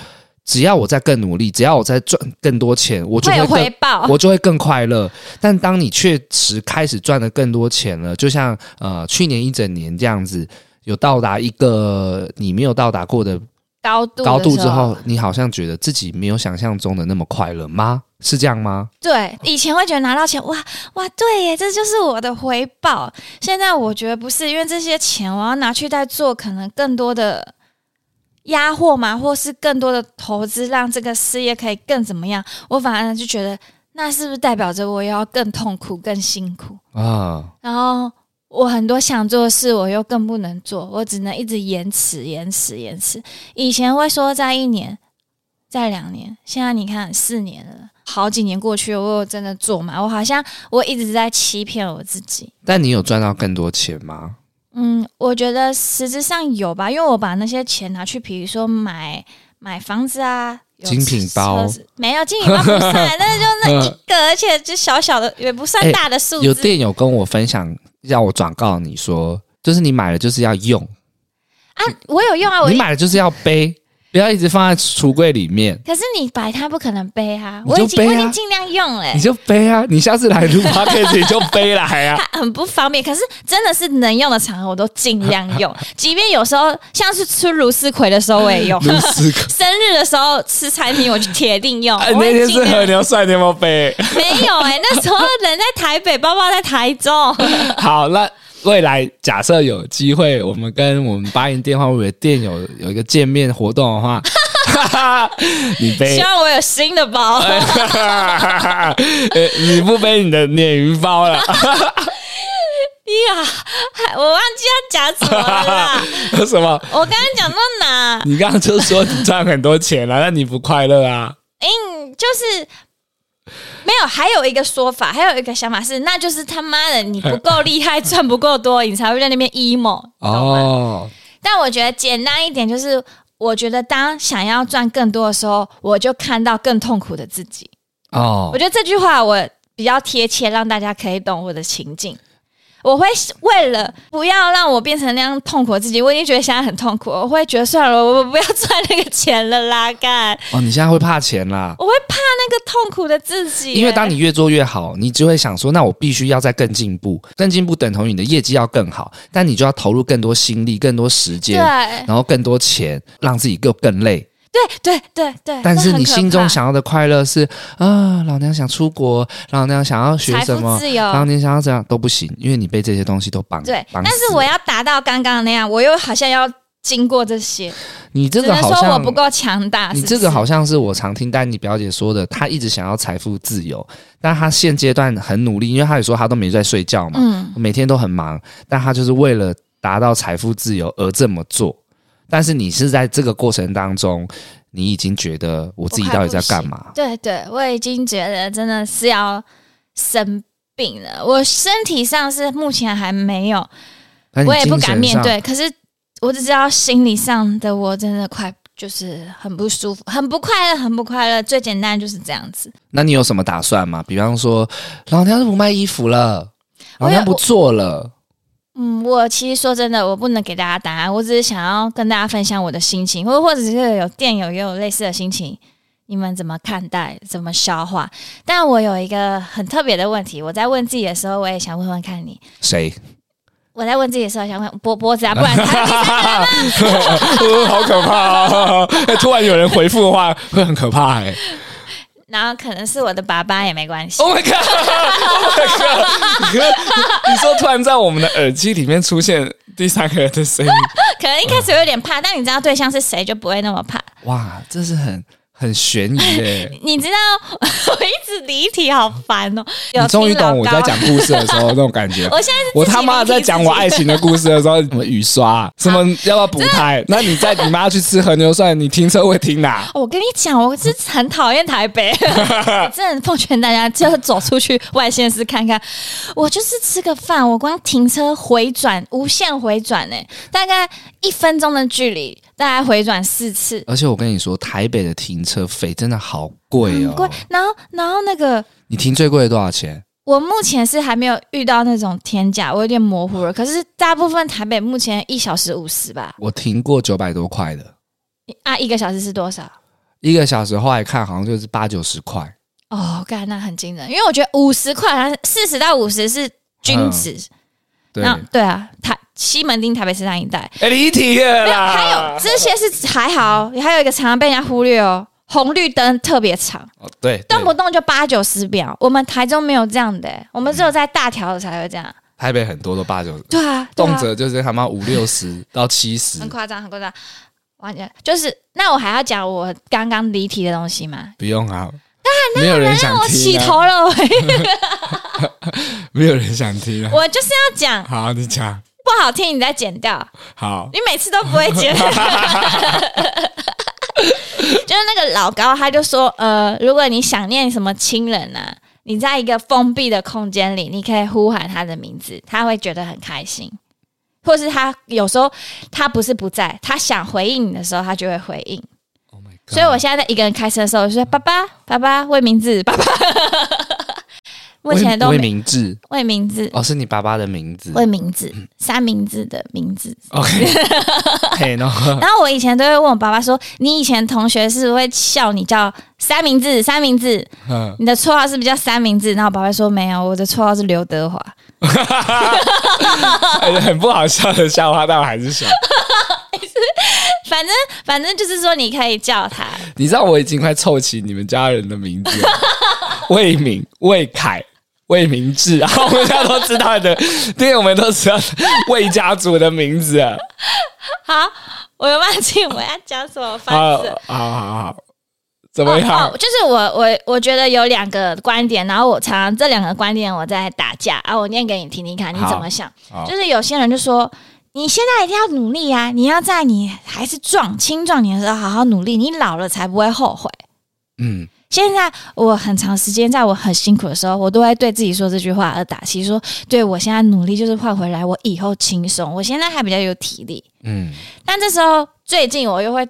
[SPEAKER 2] 只要我在更努力，只要我在赚更多钱，我就
[SPEAKER 1] 会有
[SPEAKER 2] 会
[SPEAKER 1] 回
[SPEAKER 2] 更。
[SPEAKER 1] 报，
[SPEAKER 2] 我就会更快乐，但当你确实开始赚的更多钱了，就像呃去年一整年这样子，有到达一个你没有到达过的
[SPEAKER 1] 高度
[SPEAKER 2] 高
[SPEAKER 1] 的
[SPEAKER 2] 度
[SPEAKER 1] 时
[SPEAKER 2] 之
[SPEAKER 1] 候
[SPEAKER 2] 后，你好像觉得自己没有想象中的那么快乐吗？是这样吗？
[SPEAKER 1] 对，以前会觉得拿到钱，哇哇，对耶，这就是我的回报。现在我觉得不是，因为这些钱我要拿去再做可能更多的压货嘛，或是更多的投资，让这个事业可以更怎么样。我反而就觉得，那是不是代表着我要更痛苦、更辛苦？
[SPEAKER 2] 啊，
[SPEAKER 1] 然后我很多想做的事，我又更不能做，我只能一直延迟、延迟、延迟。以前会说在一年、在两年，现在你看四年了，好几年过去了，我有真的做吗？我好像我一直在欺骗我自己。
[SPEAKER 2] 但你有赚到更多钱吗？
[SPEAKER 1] 嗯，我觉得实质上有吧，因为我把那些钱拿去，比如说买买房子啊。有
[SPEAKER 2] 精品包
[SPEAKER 1] 车子没有精品包不
[SPEAKER 2] (laughs)
[SPEAKER 1] 算，但是就那一个，而且就小小的，也不算
[SPEAKER 2] 哎
[SPEAKER 1] 大的数字。
[SPEAKER 2] 有店友跟我分享，要我转告你说，就是你买了就是要用，
[SPEAKER 1] 啊，我有用啊，我
[SPEAKER 2] 你买了就是要背，不要一直放在橱柜里面，
[SPEAKER 1] 可是你摆摊不可能背啊，
[SPEAKER 2] 你
[SPEAKER 1] 我
[SPEAKER 2] 就
[SPEAKER 1] 已经我
[SPEAKER 2] 背
[SPEAKER 1] 已
[SPEAKER 2] 啊
[SPEAKER 1] 经尽量用了、欸
[SPEAKER 2] 你就背啊！你下次来录 podcast 你就背来
[SPEAKER 1] (laughs)
[SPEAKER 2] 啊！
[SPEAKER 1] 它很不方便，可是真的是能用的场合我都尽量
[SPEAKER 2] (laughs)
[SPEAKER 1] 用，即便有时候像是吃卢丝葵的时候我也用，
[SPEAKER 2] 卢思
[SPEAKER 1] (laughs)
[SPEAKER 2] 克，
[SPEAKER 1] 生日的时候吃餐厅我就铁定用。
[SPEAKER 2] 哎，
[SPEAKER 1] 我
[SPEAKER 2] 那
[SPEAKER 1] 会
[SPEAKER 2] 天
[SPEAKER 1] 尽
[SPEAKER 2] 是
[SPEAKER 1] 量
[SPEAKER 2] 和牛涮，你有没有背？
[SPEAKER 1] (laughs) 没有哎、那时候人在台北，包包在台
[SPEAKER 2] (laughs)
[SPEAKER 1] 中，
[SPEAKER 2] 哎好，那未来假设有机会，我们跟我们八音电话会的店友有一个见面活动的话， (laughs) 你背
[SPEAKER 1] 希。望我有新的包。(laughs)
[SPEAKER 2] (laughs) 呃你不背你的鲶鱼包
[SPEAKER 1] (laughs)
[SPEAKER 2] 了，
[SPEAKER 1] 呀，还我忘记要讲什么了
[SPEAKER 2] (laughs)
[SPEAKER 1] 啦。
[SPEAKER 2] 什么？
[SPEAKER 1] 我刚刚讲到哪？
[SPEAKER 2] 你刚刚就说你赚很多钱了、那你不快乐啊？
[SPEAKER 1] 嗯，就是没有，还有一个说法，还有一个想法是，那就是他妈的你不够厉害，赚不够多，你才会在那边 emo。
[SPEAKER 2] 哦，
[SPEAKER 1] 但我觉得简单一点就是。我觉得，当想要赚更多的时候，我就看到更痛苦的自己。我
[SPEAKER 2] 哦，
[SPEAKER 1] 觉得这句话我比较贴切，让大家可以懂我的情境。我会为了不要让我变成那样痛苦的自己，我已经觉得现在很痛苦了，我会觉得算了，我我不要赚那个钱了啦，干，
[SPEAKER 2] 哦，你现在会怕钱啦，
[SPEAKER 1] 我会怕那个痛苦的自己，
[SPEAKER 2] 因为当你越做越好，你就会想说，那我必须要再更进步，更进步等同于你的业绩要更好，但你就要投入更多心力、更多时
[SPEAKER 1] 对
[SPEAKER 2] 间，然后更多钱，让自己更更累。
[SPEAKER 1] 对对对对，
[SPEAKER 2] 但是
[SPEAKER 1] 哎那很
[SPEAKER 2] 你
[SPEAKER 1] 可
[SPEAKER 2] 心中
[SPEAKER 1] 怕
[SPEAKER 2] 想要的快乐是啊，老娘想出国，老娘想要学
[SPEAKER 1] 财
[SPEAKER 2] 什
[SPEAKER 1] 富
[SPEAKER 2] 么，
[SPEAKER 1] 自由，
[SPEAKER 2] 老娘想要怎样都不行，因为你被这些东西都绑
[SPEAKER 1] 对，
[SPEAKER 2] 绑
[SPEAKER 1] 但是
[SPEAKER 2] 死
[SPEAKER 1] 我要达到刚刚那样，我又好像要经过这些，
[SPEAKER 2] 你这个
[SPEAKER 1] 只
[SPEAKER 2] 好
[SPEAKER 1] 能说我
[SPEAKER 2] 像
[SPEAKER 1] 不够强大。
[SPEAKER 2] 你
[SPEAKER 1] 是不
[SPEAKER 2] 这个
[SPEAKER 1] 是
[SPEAKER 2] 好像是我常听丹妮表姐说的，她一直想要财富自由，但她现阶段很努力，因为她也说她都没在睡觉嘛，
[SPEAKER 1] 嗯，
[SPEAKER 2] 每天都很忙，但她就是为了达到财富自由而这么做。但是你是在这个过程当中，你已经觉得我自己到底在干嘛？
[SPEAKER 1] 对对，我已经觉得真的是要生病了。我身体上是目前还没有，
[SPEAKER 2] 但你
[SPEAKER 1] 我也不
[SPEAKER 2] 精神
[SPEAKER 1] 敢面
[SPEAKER 2] 上
[SPEAKER 1] 对。可是我只知道心理上的我真的快就是很不舒服，很不快乐，很不快乐。最简单就是这样子。
[SPEAKER 2] 那你有什么打算吗？比方说，老娘是不卖衣服了，
[SPEAKER 1] 我
[SPEAKER 2] 老
[SPEAKER 1] 有
[SPEAKER 2] 娘不做了，
[SPEAKER 1] 嗯，我其实说真的，我不能给大家答案，我只是想要跟大家分享我的心情，或或者是有电友也有类似的心情，你们怎么看待，怎么消化？但我有一个很特别的问题，我在问自己的时候，我也想问问看你。
[SPEAKER 2] 谁？
[SPEAKER 1] 我在问自己的时候，想问波波子啊，不然他
[SPEAKER 2] (laughs) 好可怕啊！ (laughs) 突然有人回复的话，会很可怕哎、
[SPEAKER 1] (laughs) 然后可能是我的爸爸也没关系。
[SPEAKER 2] Oh my god! Oh my god! 你说你说突然在我们的耳机里面出现第三个人的声音，
[SPEAKER 1] 可能一开始有点怕，但你知道对象是谁就不会那么怕。
[SPEAKER 2] (laughs) 哇，这是很很悬疑诶。 (laughs)
[SPEAKER 1] 你知道 (laughs) 我一直离题，好烦哦。有
[SPEAKER 2] 你终于
[SPEAKER 1] 听老
[SPEAKER 2] 懂我
[SPEAKER 1] 高
[SPEAKER 2] 在讲，故事的
[SPEAKER 1] (laughs)
[SPEAKER 2] 时候那种感觉。
[SPEAKER 1] 我现在是
[SPEAKER 2] 我
[SPEAKER 1] 自己
[SPEAKER 2] 他妈
[SPEAKER 1] 离题
[SPEAKER 2] 在讲
[SPEAKER 1] 自己
[SPEAKER 2] 我爱情的故事的时候，什么
[SPEAKER 1] (laughs)
[SPEAKER 2] 雨刷，啊什么要不要补胎？那你在你妈去吃和牛涮，你停车位停哪？
[SPEAKER 1] 哦我跟你讲，我是很讨厌台北，我真的奉劝大家，就走出去外县市看看。我就是吃个饭，我光停车回转，无限回转呢、大概一分钟的距离，大概回转四次。
[SPEAKER 2] (laughs) 而且我跟你说，台北的停车费真的好贵
[SPEAKER 1] 很贵
[SPEAKER 2] 哦。，
[SPEAKER 1] 然后然后那个，
[SPEAKER 2] 你停最贵的多少钱？
[SPEAKER 1] 我目前是还没有遇到那种天价，我有点模糊了。可是大部分台北目前一小时五十吧，
[SPEAKER 2] 我停过九百多块的，
[SPEAKER 1] 啊，一个小时是多少？
[SPEAKER 2] 一个小时后来看好像就是八九十块。
[SPEAKER 1] 哦，干，那很惊人，因为我觉得五十块，好像四十到五十是均值，
[SPEAKER 2] 对，
[SPEAKER 1] 那对啊，台西门町、台北车站一带，
[SPEAKER 2] 哎，离题了啦！
[SPEAKER 1] 还有这些是还好，还有一个常常被人家忽略哦，红绿灯特别长，
[SPEAKER 2] 哦对，对
[SPEAKER 1] 动不动就八九十秒。我们台中没有这样的、我们只有在大条的才会这样。
[SPEAKER 2] 台北很多都八九十，
[SPEAKER 1] 对啊，对啊
[SPEAKER 2] 动辄就是他妈五六十到七十
[SPEAKER 1] 很，夸张，很夸张，完全就是。那我还要讲我刚刚离题的东西吗？
[SPEAKER 2] 不用啊，没有人想
[SPEAKER 1] 我起
[SPEAKER 2] 听啊，
[SPEAKER 1] 头了，我 (laughs)
[SPEAKER 2] 没有人想听啊。
[SPEAKER 1] 我就是要讲
[SPEAKER 2] 好，你讲
[SPEAKER 1] 不好听，你再剪掉。
[SPEAKER 2] 好，
[SPEAKER 1] 你每次都不会接。就是那个老高，他就说，呃，如果你想念什么亲人啊，你在一个封闭的空间里，你可以呼喊他的名字，他会觉得很开心。或是他有时候他不是不在，他想回应你的时候，他就会回应。
[SPEAKER 2] Oh my God
[SPEAKER 1] 所以我现在在一个人开车的时候，我就说爸爸，爸爸，魏明志，爸爸。目前都
[SPEAKER 2] 魏
[SPEAKER 1] 没
[SPEAKER 2] 明志
[SPEAKER 1] 魏明志，
[SPEAKER 2] 哦，是你爸爸的名字。
[SPEAKER 1] 魏明志，三明治的名字 (laughs)
[SPEAKER 2] OK，嘿，然 (laughs) 后
[SPEAKER 1] 然后我以前都会问我爸爸说：“你以前同学是不是会笑你叫三明治？三明治，
[SPEAKER 2] 嗯
[SPEAKER 1] 你的绰号是不是叫三明治？”然后我爸爸说：“没有，我的绰号是刘德华。 (laughs)
[SPEAKER 2] 哎很不好笑的笑话，但我还是笑。
[SPEAKER 1] 反正反正就是说你可以叫
[SPEAKER 2] (laughs)
[SPEAKER 1] 他。
[SPEAKER 2] 你知道我已经快凑齐你们家人的名字了，魏敏、魏凯、魏明志，然后我们家都知道的，因为我们都知道魏家族的名字了。”
[SPEAKER 1] 好，我又忘记我要讲什么
[SPEAKER 2] 好
[SPEAKER 1] 方式。
[SPEAKER 2] 好好好，怎么样？
[SPEAKER 1] 哦，就是我我我觉得有两个观点，然后我常常这两个观点我在打架啊，我念给你听听看，你
[SPEAKER 2] 好
[SPEAKER 1] 怎么想
[SPEAKER 2] 好？
[SPEAKER 1] 就是有些人就说。你现在一定要努力呀、啊！你要在你还是壮、青壮年的时候好好努力，你老了才不会后悔。
[SPEAKER 2] 嗯，
[SPEAKER 1] 现在我很长时间，在我很辛苦的时候，我都会对自己说这句话而打气，说对我现在努力就是换回来，我以后轻松，我现在还比较有体力。
[SPEAKER 2] 嗯，
[SPEAKER 1] 但这时候最近我又会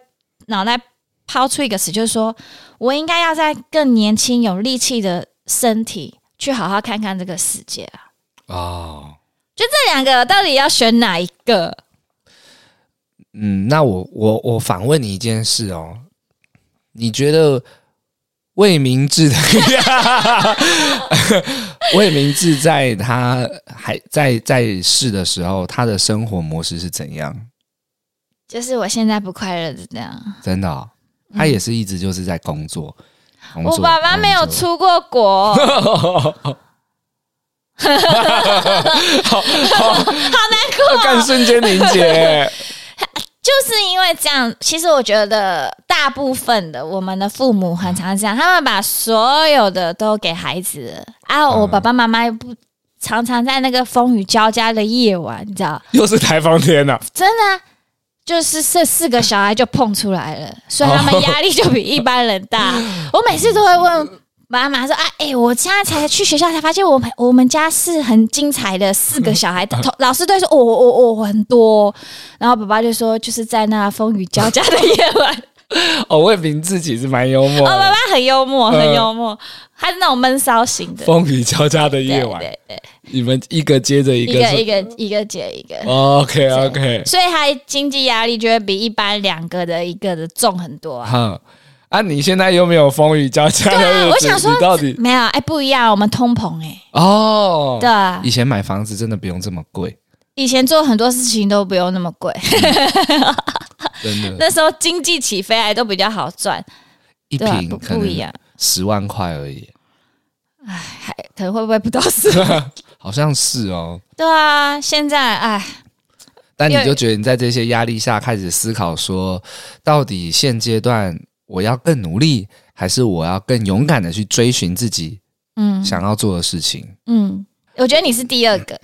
[SPEAKER 1] 脑袋抛出一个词，就是说我应该要在更年轻、有力气的身体去好好看看这个世界啊。
[SPEAKER 2] 哦，
[SPEAKER 1] 就这两个到底要选哪一个？
[SPEAKER 2] 嗯，那我我我反问你一件事哦，你觉得魏明志的 (laughs) 魏明志在他还在在世的时候，他的生活模式是怎样？
[SPEAKER 1] 就是我现在不快乐的这样。
[SPEAKER 2] 真的哦、他也是一直就是在工作。工
[SPEAKER 1] 嗯我
[SPEAKER 2] 作嗯
[SPEAKER 1] 爸爸没有
[SPEAKER 2] 工作
[SPEAKER 1] 出过国，好
[SPEAKER 2] 干瞬间凝结，
[SPEAKER 1] 就是因为这样。其实我觉得大部分的我们的父母很常这样，他们把所有的都给孩子了啊。我爸爸妈妈又不常常在那个风雨交加的夜晚，你知道，
[SPEAKER 2] (laughs) 又是台风天 (laughs) 呐、
[SPEAKER 1] 真的啊、就是这四个小孩就碰出来了，所以他们压力就比一般人大。我每次都会问妈妈说：“啊，哎、我现在才去学校才发现我，们我们家是很精彩的四个小孩，同老师都会说哦哦哦很多哦。”然后爸爸就说：“就是在那风雨交加的夜晚，
[SPEAKER 2] 哦，魏明志其实蛮幽默
[SPEAKER 1] 哦，爸
[SPEAKER 2] 的，
[SPEAKER 1] 爸很幽默，
[SPEAKER 2] 嗯
[SPEAKER 1] 很幽默，他是那种闷骚型的。”
[SPEAKER 2] 风雨交加的
[SPEAKER 1] 对
[SPEAKER 2] 夜晚，
[SPEAKER 1] 对对，
[SPEAKER 2] 你们一个接着一
[SPEAKER 1] 一
[SPEAKER 2] 个
[SPEAKER 1] 个
[SPEAKER 2] 是。哦
[SPEAKER 1] 一个一个接一个，
[SPEAKER 2] OK OK，
[SPEAKER 1] 所以他经济压力就会比一般两个的一个的重很多
[SPEAKER 2] (laughs)
[SPEAKER 1] 啊。
[SPEAKER 2] 哼，啊，你现在又没有风雨交加
[SPEAKER 1] 对
[SPEAKER 2] 的
[SPEAKER 1] 啊，
[SPEAKER 2] 日
[SPEAKER 1] 我
[SPEAKER 2] 子，
[SPEAKER 1] 想说
[SPEAKER 2] 你到底
[SPEAKER 1] 没有，哎、不一样，我们通膨哎、
[SPEAKER 2] 哦？
[SPEAKER 1] 对啊
[SPEAKER 2] 以，前买房子真的不用这么贵，
[SPEAKER 1] 以前做很多事情都不用那么
[SPEAKER 2] (laughs)
[SPEAKER 1] 贵，
[SPEAKER 2] 真的，
[SPEAKER 1] 那时候经济起飞还都比较好赚，
[SPEAKER 2] 一
[SPEAKER 1] 对啊，
[SPEAKER 2] 平
[SPEAKER 1] 不
[SPEAKER 2] 可
[SPEAKER 1] 不一
[SPEAKER 2] 能
[SPEAKER 1] 样，
[SPEAKER 2] 十万块而已，
[SPEAKER 1] 还可能会不会不到四？
[SPEAKER 2] (laughs) 好像是哦。
[SPEAKER 1] 对啊，现在哎，
[SPEAKER 2] 但你
[SPEAKER 1] 因为
[SPEAKER 2] 就觉得你在这些压力下开始思考说，到底现阶段我要更努力，还是我要更勇敢的去追寻自己
[SPEAKER 1] 嗯
[SPEAKER 2] 想要做的事情？
[SPEAKER 1] 嗯，我觉得你是第二个，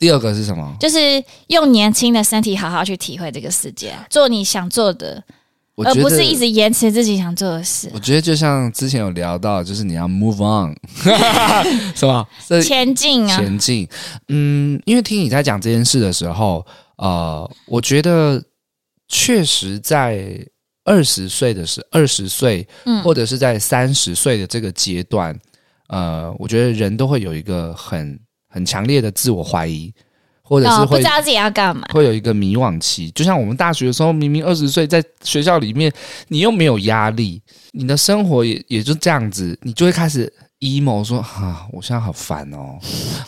[SPEAKER 2] 第二个是什么？
[SPEAKER 1] 就是用年轻的身体好好去体会这个世界啊，做你想做的，
[SPEAKER 2] 我
[SPEAKER 1] 而
[SPEAKER 2] 觉得
[SPEAKER 1] 不是一直延迟自己想做的事
[SPEAKER 2] 我，觉得就像之前有聊到，就是你要 move
[SPEAKER 1] (laughs)
[SPEAKER 2] on，是吧？这
[SPEAKER 1] 前进啊，
[SPEAKER 2] 前进，嗯，因为听你在讲这件事的时候，呃，我觉得确实在二十岁的时，二十岁
[SPEAKER 1] 嗯
[SPEAKER 2] 或者是在三十岁的这个阶段，呃，我觉得人都会有一个很很强烈的自我怀疑，或者是
[SPEAKER 1] 哦，不
[SPEAKER 2] 会
[SPEAKER 1] 知道自己要干嘛，
[SPEAKER 2] 会有一个迷惘期，就像我们大学的时候，明明二十岁，在学校里面，你又没有压力，你的生活也也就这样子，你就会开始 emo 说啊，我现在好烦哦，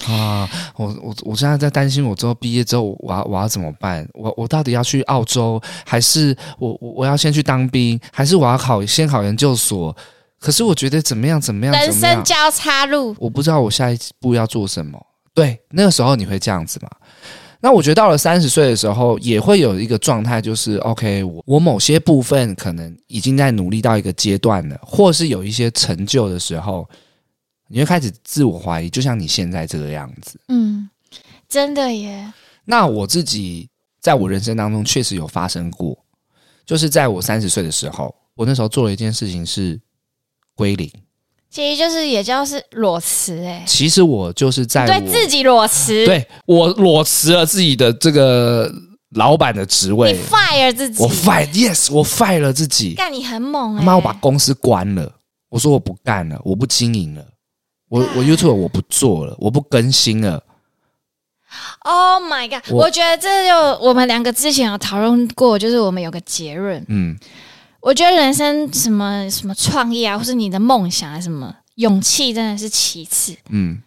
[SPEAKER 2] 啊，我我我现在在担心，我之后毕业之后，我要我要怎么办？我我到底要去澳洲，还是我我我要先去当兵，还是我要考先考研究所？可是我觉得怎么样怎么样
[SPEAKER 1] 人
[SPEAKER 2] 怎么样
[SPEAKER 1] 生，交叉路，
[SPEAKER 2] 我不知道我下一步要做什么。对，那个时候你会这样子嘛？那我觉得到了三十岁的时候，也会有一个状态，就是 OK，我我某些部分可能已经在努力到一个阶段了，或是有一些成就的时候，你会开始自我怀疑，就像你现在这个样子。
[SPEAKER 1] 嗯，真的耶，
[SPEAKER 2] 那我自己在我人生当中确实有发生过，就是在我三十岁的时候，我那时候做了一件事情是归零。
[SPEAKER 1] 其实就是也就是裸辞哎、
[SPEAKER 2] 其实我就是在
[SPEAKER 1] 对
[SPEAKER 2] 我
[SPEAKER 1] 自己裸辞，
[SPEAKER 2] 对我裸辞了自己的这个老板的职
[SPEAKER 1] 你
[SPEAKER 2] 位，
[SPEAKER 1] fire 自己，
[SPEAKER 2] 我 fire yes，我 fire 了自己，
[SPEAKER 1] 干你很猛
[SPEAKER 2] 他
[SPEAKER 1] 哎、
[SPEAKER 2] 妈我把公司关了，我说我不干了，我不经营了，我我 YouTube 我不做了，我不更新了，
[SPEAKER 1] Oh my god！
[SPEAKER 2] 我
[SPEAKER 1] 我觉得这就我们两个之前有讨论过，就是我们有个结论，
[SPEAKER 2] 嗯，
[SPEAKER 1] 我觉得人生什么什么创业啊，或是你的梦想啊，什么勇气真的是其次，
[SPEAKER 2] 嗯，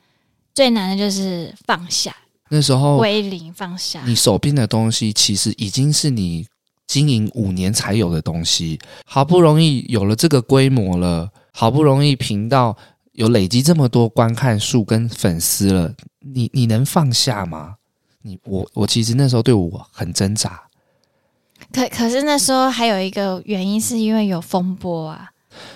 [SPEAKER 1] 最难的就是放下，
[SPEAKER 2] 那时候
[SPEAKER 1] 归零放下。
[SPEAKER 2] 你手边的东西其实已经是你经营五年才有的东西，好不容易有了这个规模了，好不容易频道有累积这么多观看数跟粉丝了，你你能放下吗？你我我其实那时候对我很挣扎，
[SPEAKER 1] 可可是那时候还有一个原因，是因为有风波啊，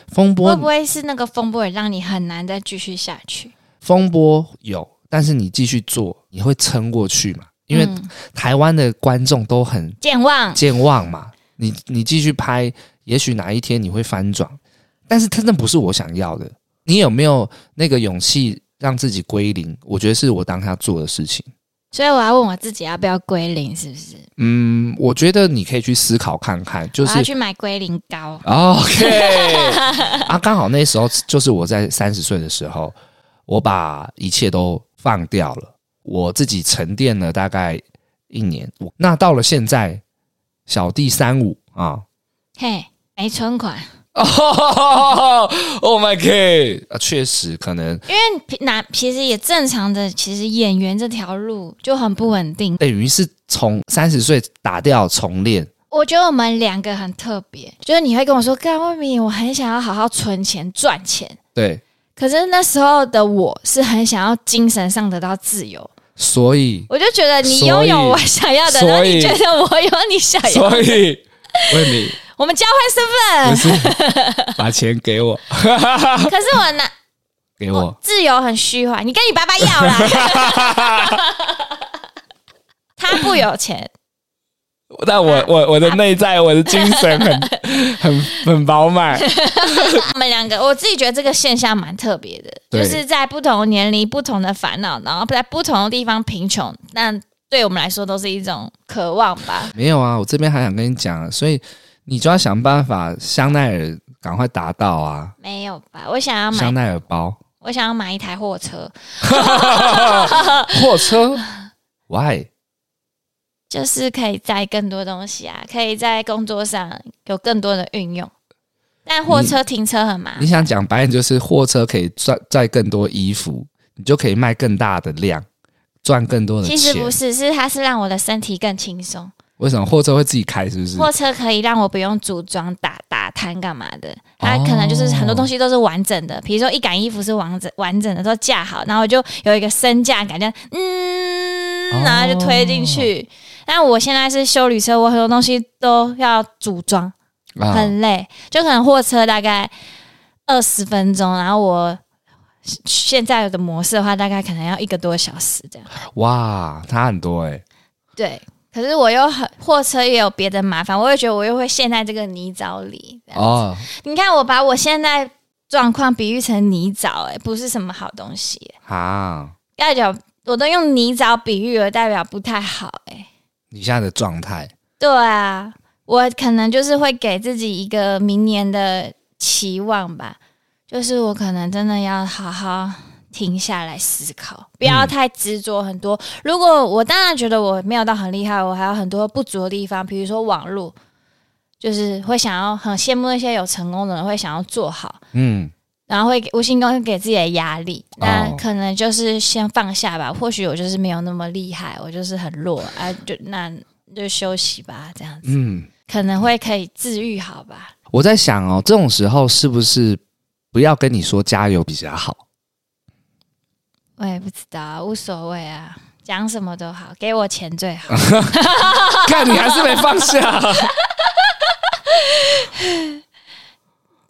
[SPEAKER 2] 风
[SPEAKER 1] 会
[SPEAKER 2] 波
[SPEAKER 1] 不会是那个风波也让你很难再继续下去？
[SPEAKER 2] 风波有，但是你继续做，你会撑过去嘛？因为
[SPEAKER 1] 嗯
[SPEAKER 2] 台湾的观众都很
[SPEAKER 1] 健忘，
[SPEAKER 2] 健忘嘛。你你继续拍，也许哪一天你会翻转，但是它那不是我想要的。你有没有那个勇气让自己归零？我觉得是我当下做的事情。
[SPEAKER 1] 所以我要问我自己要不要归零，是不是？
[SPEAKER 2] 嗯，我觉得你可以去思考看看，就
[SPEAKER 1] 我要
[SPEAKER 2] 是
[SPEAKER 1] 去买龟苓膏。
[SPEAKER 2] (laughs) OK 啊，刚好那时候就是我在三十岁的时候，我把一切都放掉了，我自己沉淀了大概一年，我那到了现在，小弟三五啊。
[SPEAKER 1] 嘿，没存款， (laughs)
[SPEAKER 2] 哦、oh、，My God！啊，确实可能，
[SPEAKER 1] 因为那其实也正常的，其实演员这条路就很不稳定。
[SPEAKER 2] 等于是从三十岁打掉重练，
[SPEAKER 1] 我觉得我们两个很特别，就是你会跟我说：“干外面，我很想要好好存钱赚钱。
[SPEAKER 2] 对，”
[SPEAKER 1] 可是那时候的我是很想要精神上得到自由，
[SPEAKER 2] 所以，
[SPEAKER 1] 我就觉得你拥有我想要的，
[SPEAKER 2] 所以
[SPEAKER 1] 然后你觉得我有你想要，
[SPEAKER 2] 所以，
[SPEAKER 1] (laughs)
[SPEAKER 2] 魏敏
[SPEAKER 1] 我们交换
[SPEAKER 2] 不
[SPEAKER 1] 身份。
[SPEAKER 2] 是把钱给我， (laughs)
[SPEAKER 1] 可是我拿
[SPEAKER 2] 给我，
[SPEAKER 1] 自由很虚幻，你跟你爸爸要啦。 (laughs) 他不有钱，
[SPEAKER 2] (laughs) 但我我我的内在，我的精神很 (laughs) 很很
[SPEAKER 1] (laughs)
[SPEAKER 2] 饱满。
[SPEAKER 1] 我们两个，我自己觉得这个现象蛮特别的，
[SPEAKER 2] 对
[SPEAKER 1] 就是在不同年龄、不同的烦恼，然后在不同的地方贫穷，那对我们来说都是一种渴望
[SPEAKER 2] (laughs)
[SPEAKER 1] 吧。
[SPEAKER 2] 没有啊，我这边还想跟你讲，所以你就要想办法，香奈儿赶快达到啊，
[SPEAKER 1] 没有吧？我想要买
[SPEAKER 2] 香，奈儿包、
[SPEAKER 1] 我想要买一台货车，啊
[SPEAKER 2] 货车，Why？
[SPEAKER 1] 就是可以载更多东西啊，可以在工作上有更多的运用。但货车停车很麻
[SPEAKER 2] 你
[SPEAKER 1] 烦，
[SPEAKER 2] 想讲白点，就是货车可以赚赚更多衣服，你就可以卖更大的量，赚更多的
[SPEAKER 1] 其实
[SPEAKER 2] 钱
[SPEAKER 1] 不。是，是它是让我的身体更轻松。
[SPEAKER 2] 为什么货车会自己开？是不是？
[SPEAKER 1] 货车可以让我不用组装、打打摊干嘛的，它
[SPEAKER 2] 哦
[SPEAKER 1] 可能就是很多东西都是完整的，比如说一杆衣服是完整完整的都架好，然后我就有一个升降杆，这样嗯
[SPEAKER 2] 哦，
[SPEAKER 1] 然后就推进去。但我现在是修理车，我很多东西都要组装，
[SPEAKER 2] 啊
[SPEAKER 1] 很累，就可能货车大概二十分钟，然后我。现在的模式的话，大概可能要一个多小时这样。
[SPEAKER 2] 哇，差很多哎、
[SPEAKER 1] 对，可是我又很货车也有别的麻烦，我也觉得我又会陷在这个泥沼里。这样
[SPEAKER 2] 哦，
[SPEAKER 1] 你看，我把我现在状况比喻成泥沼、哎，不是什么好东西、
[SPEAKER 2] 啊，
[SPEAKER 1] 代表我都用泥沼比喻了，代表不太好、哎，
[SPEAKER 2] 你现在的状态
[SPEAKER 1] 对啊，我可能就是会给自己一个明年的期望吧，就是我可能真的要好好。停下来思考，不要太执着很多。如果我当然觉得我没有到很厉害，我还有很多不足的地方，比如说网络，就是会想要很羡慕那些有成功的人，会想要做好。
[SPEAKER 2] 嗯，
[SPEAKER 1] 然后会给无形中会给自己的压力，那
[SPEAKER 2] 哦
[SPEAKER 1] 可能就是先放下吧。或许我就是没有那么厉害，我就是很弱啊，就那就休息吧，这样子
[SPEAKER 2] 嗯，
[SPEAKER 1] 可能会可以治愈好吧。
[SPEAKER 2] 我在想哦，这种时候是不是不要跟你说加油比较好？
[SPEAKER 1] 我也不知道啊，无所谓啊，讲什么都好，给我钱最
[SPEAKER 2] 啊
[SPEAKER 1] 好。
[SPEAKER 2] (laughs) 看你还是没放下，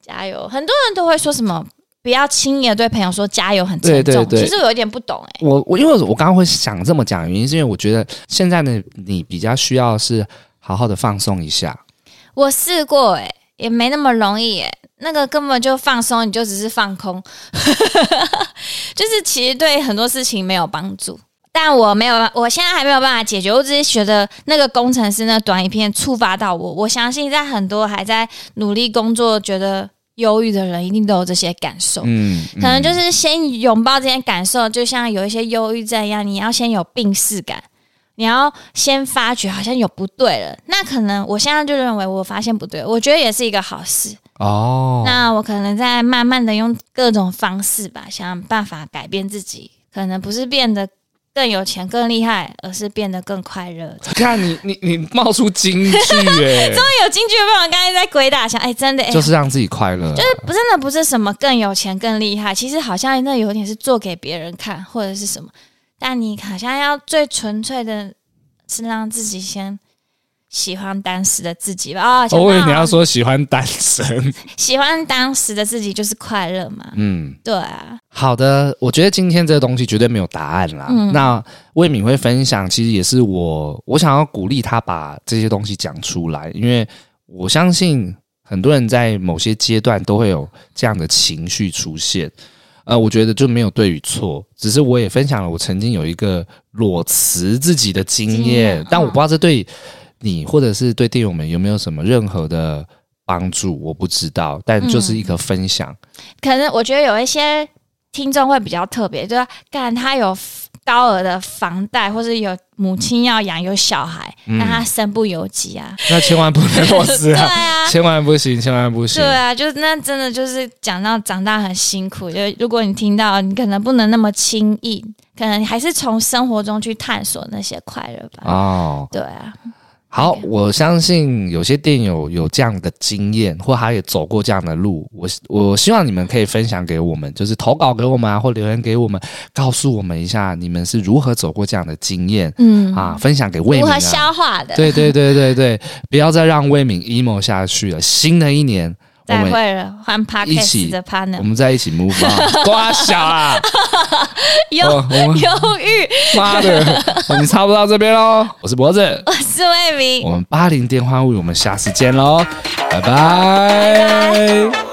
[SPEAKER 1] 加油！很多人都会说什么不要轻易的对朋友说加油很沉重，
[SPEAKER 2] 对对对
[SPEAKER 1] 其实我有点不懂哎、
[SPEAKER 2] (laughs) 我我因为我刚刚会想这么讲，原因是因为我觉得现在的你比较需要是好好的放松一下，
[SPEAKER 1] 我试过哎、也没那么容易哎、那个根本就放松，你就只是放空， (laughs) 就是其实对很多事情没有帮助。但我没有办，我现在还没有办法解决。我只是觉得那个工程师那短影片触发到我，我相信在很多还在努力工作、觉得忧郁的人，一定都有这些感受。
[SPEAKER 2] 嗯，
[SPEAKER 1] 哦可能
[SPEAKER 2] 嗯
[SPEAKER 1] 就是先拥抱这些感受，就像有一些忧郁症一样，你要先有病逝感，你要先发觉好像有不对了。那可能我现在就认为我发现不对，我觉得也是一个好事。
[SPEAKER 2] 哦，
[SPEAKER 1] 那我可能在慢慢的用各种方式吧，想办法改变自己，可能不是变得更有钱、更厉害，而是变得更快乐。
[SPEAKER 2] 看你你你冒出金
[SPEAKER 1] (laughs)
[SPEAKER 2] 句哎、
[SPEAKER 1] 那有金句的办法，刚才在鬼打墙，哎、真的哎。
[SPEAKER 2] 就是让自己快乐啊，
[SPEAKER 1] 就是不真的不是什么更有钱更厉害，其实好像那有点是做给别人看或者是什么，但你好像要最纯粹的是让自己先喜欢当时的自己吧。哦，想
[SPEAKER 2] 我以为
[SPEAKER 1] 到
[SPEAKER 2] 你要说喜欢单身，
[SPEAKER 1] 喜欢当时的自己就是快乐嘛，
[SPEAKER 2] 嗯。
[SPEAKER 1] 对啊，
[SPEAKER 2] 好的，我觉得今天这个东西绝对没有答案啦。
[SPEAKER 1] 嗯
[SPEAKER 2] 那魏敏会分享，其实也是我我想要鼓励他把这些东西讲出来，因为我相信很多人在某些阶段都会有这样的情绪出现。呃，我觉得就没有对与错，只是我也分享了我曾经有一个裸辞自己的经
[SPEAKER 1] 经
[SPEAKER 2] 验，
[SPEAKER 1] 验
[SPEAKER 2] 但我
[SPEAKER 1] 嗯
[SPEAKER 2] 不知道这对你或者是对电友们有没有什么任何的帮助，我不知道，但
[SPEAKER 1] 嗯
[SPEAKER 2] 就是一个分享。
[SPEAKER 1] 可能我觉得有一些听众会比较特别，就是干他有高额的房贷，或是有母亲要养、有小孩，
[SPEAKER 2] 嗯
[SPEAKER 1] 那他身不由己
[SPEAKER 2] (laughs)
[SPEAKER 1] 啊。
[SPEAKER 2] 那千万不能裸辞
[SPEAKER 1] 对 (laughs)
[SPEAKER 2] 啊，
[SPEAKER 1] 啊，
[SPEAKER 2] 千万不行，千万不行
[SPEAKER 1] 对。啊，就是那真的就是讲到长大很辛苦，就是如果你听到，你可能不能那么轻易，可能还是从生活中去探索那些快乐吧。
[SPEAKER 2] 哦，
[SPEAKER 1] 对啊，
[SPEAKER 2] 好，我相信有些店友有这样的经验，或他也走过这样的路。我我希望你们可以分享给我们，就是投稿给我们啊，或留言给我们，告诉我们一下你们是如何走过这样的经验、
[SPEAKER 1] 嗯，
[SPEAKER 2] 啊，分享给魏
[SPEAKER 1] 如
[SPEAKER 2] 明、啊。
[SPEAKER 1] 何消化的？
[SPEAKER 2] 对对对对对，不要再让魏敏 emo 下去了。新的一年，我
[SPEAKER 1] 再
[SPEAKER 2] 们
[SPEAKER 1] 会了，换 podcast 的
[SPEAKER 2] 啊 (laughs) 我
[SPEAKER 1] partner，
[SPEAKER 2] 们在一起 move on，多小啊！
[SPEAKER 1] (laughs)
[SPEAKER 2] 我
[SPEAKER 1] 忧
[SPEAKER 2] 我们
[SPEAKER 1] 忧郁，
[SPEAKER 2] 妈的，我们差不多到这边喽。我是脖子，
[SPEAKER 1] 我是魏明
[SPEAKER 2] 我。们八零电话物语，我们下次见喽，拜拜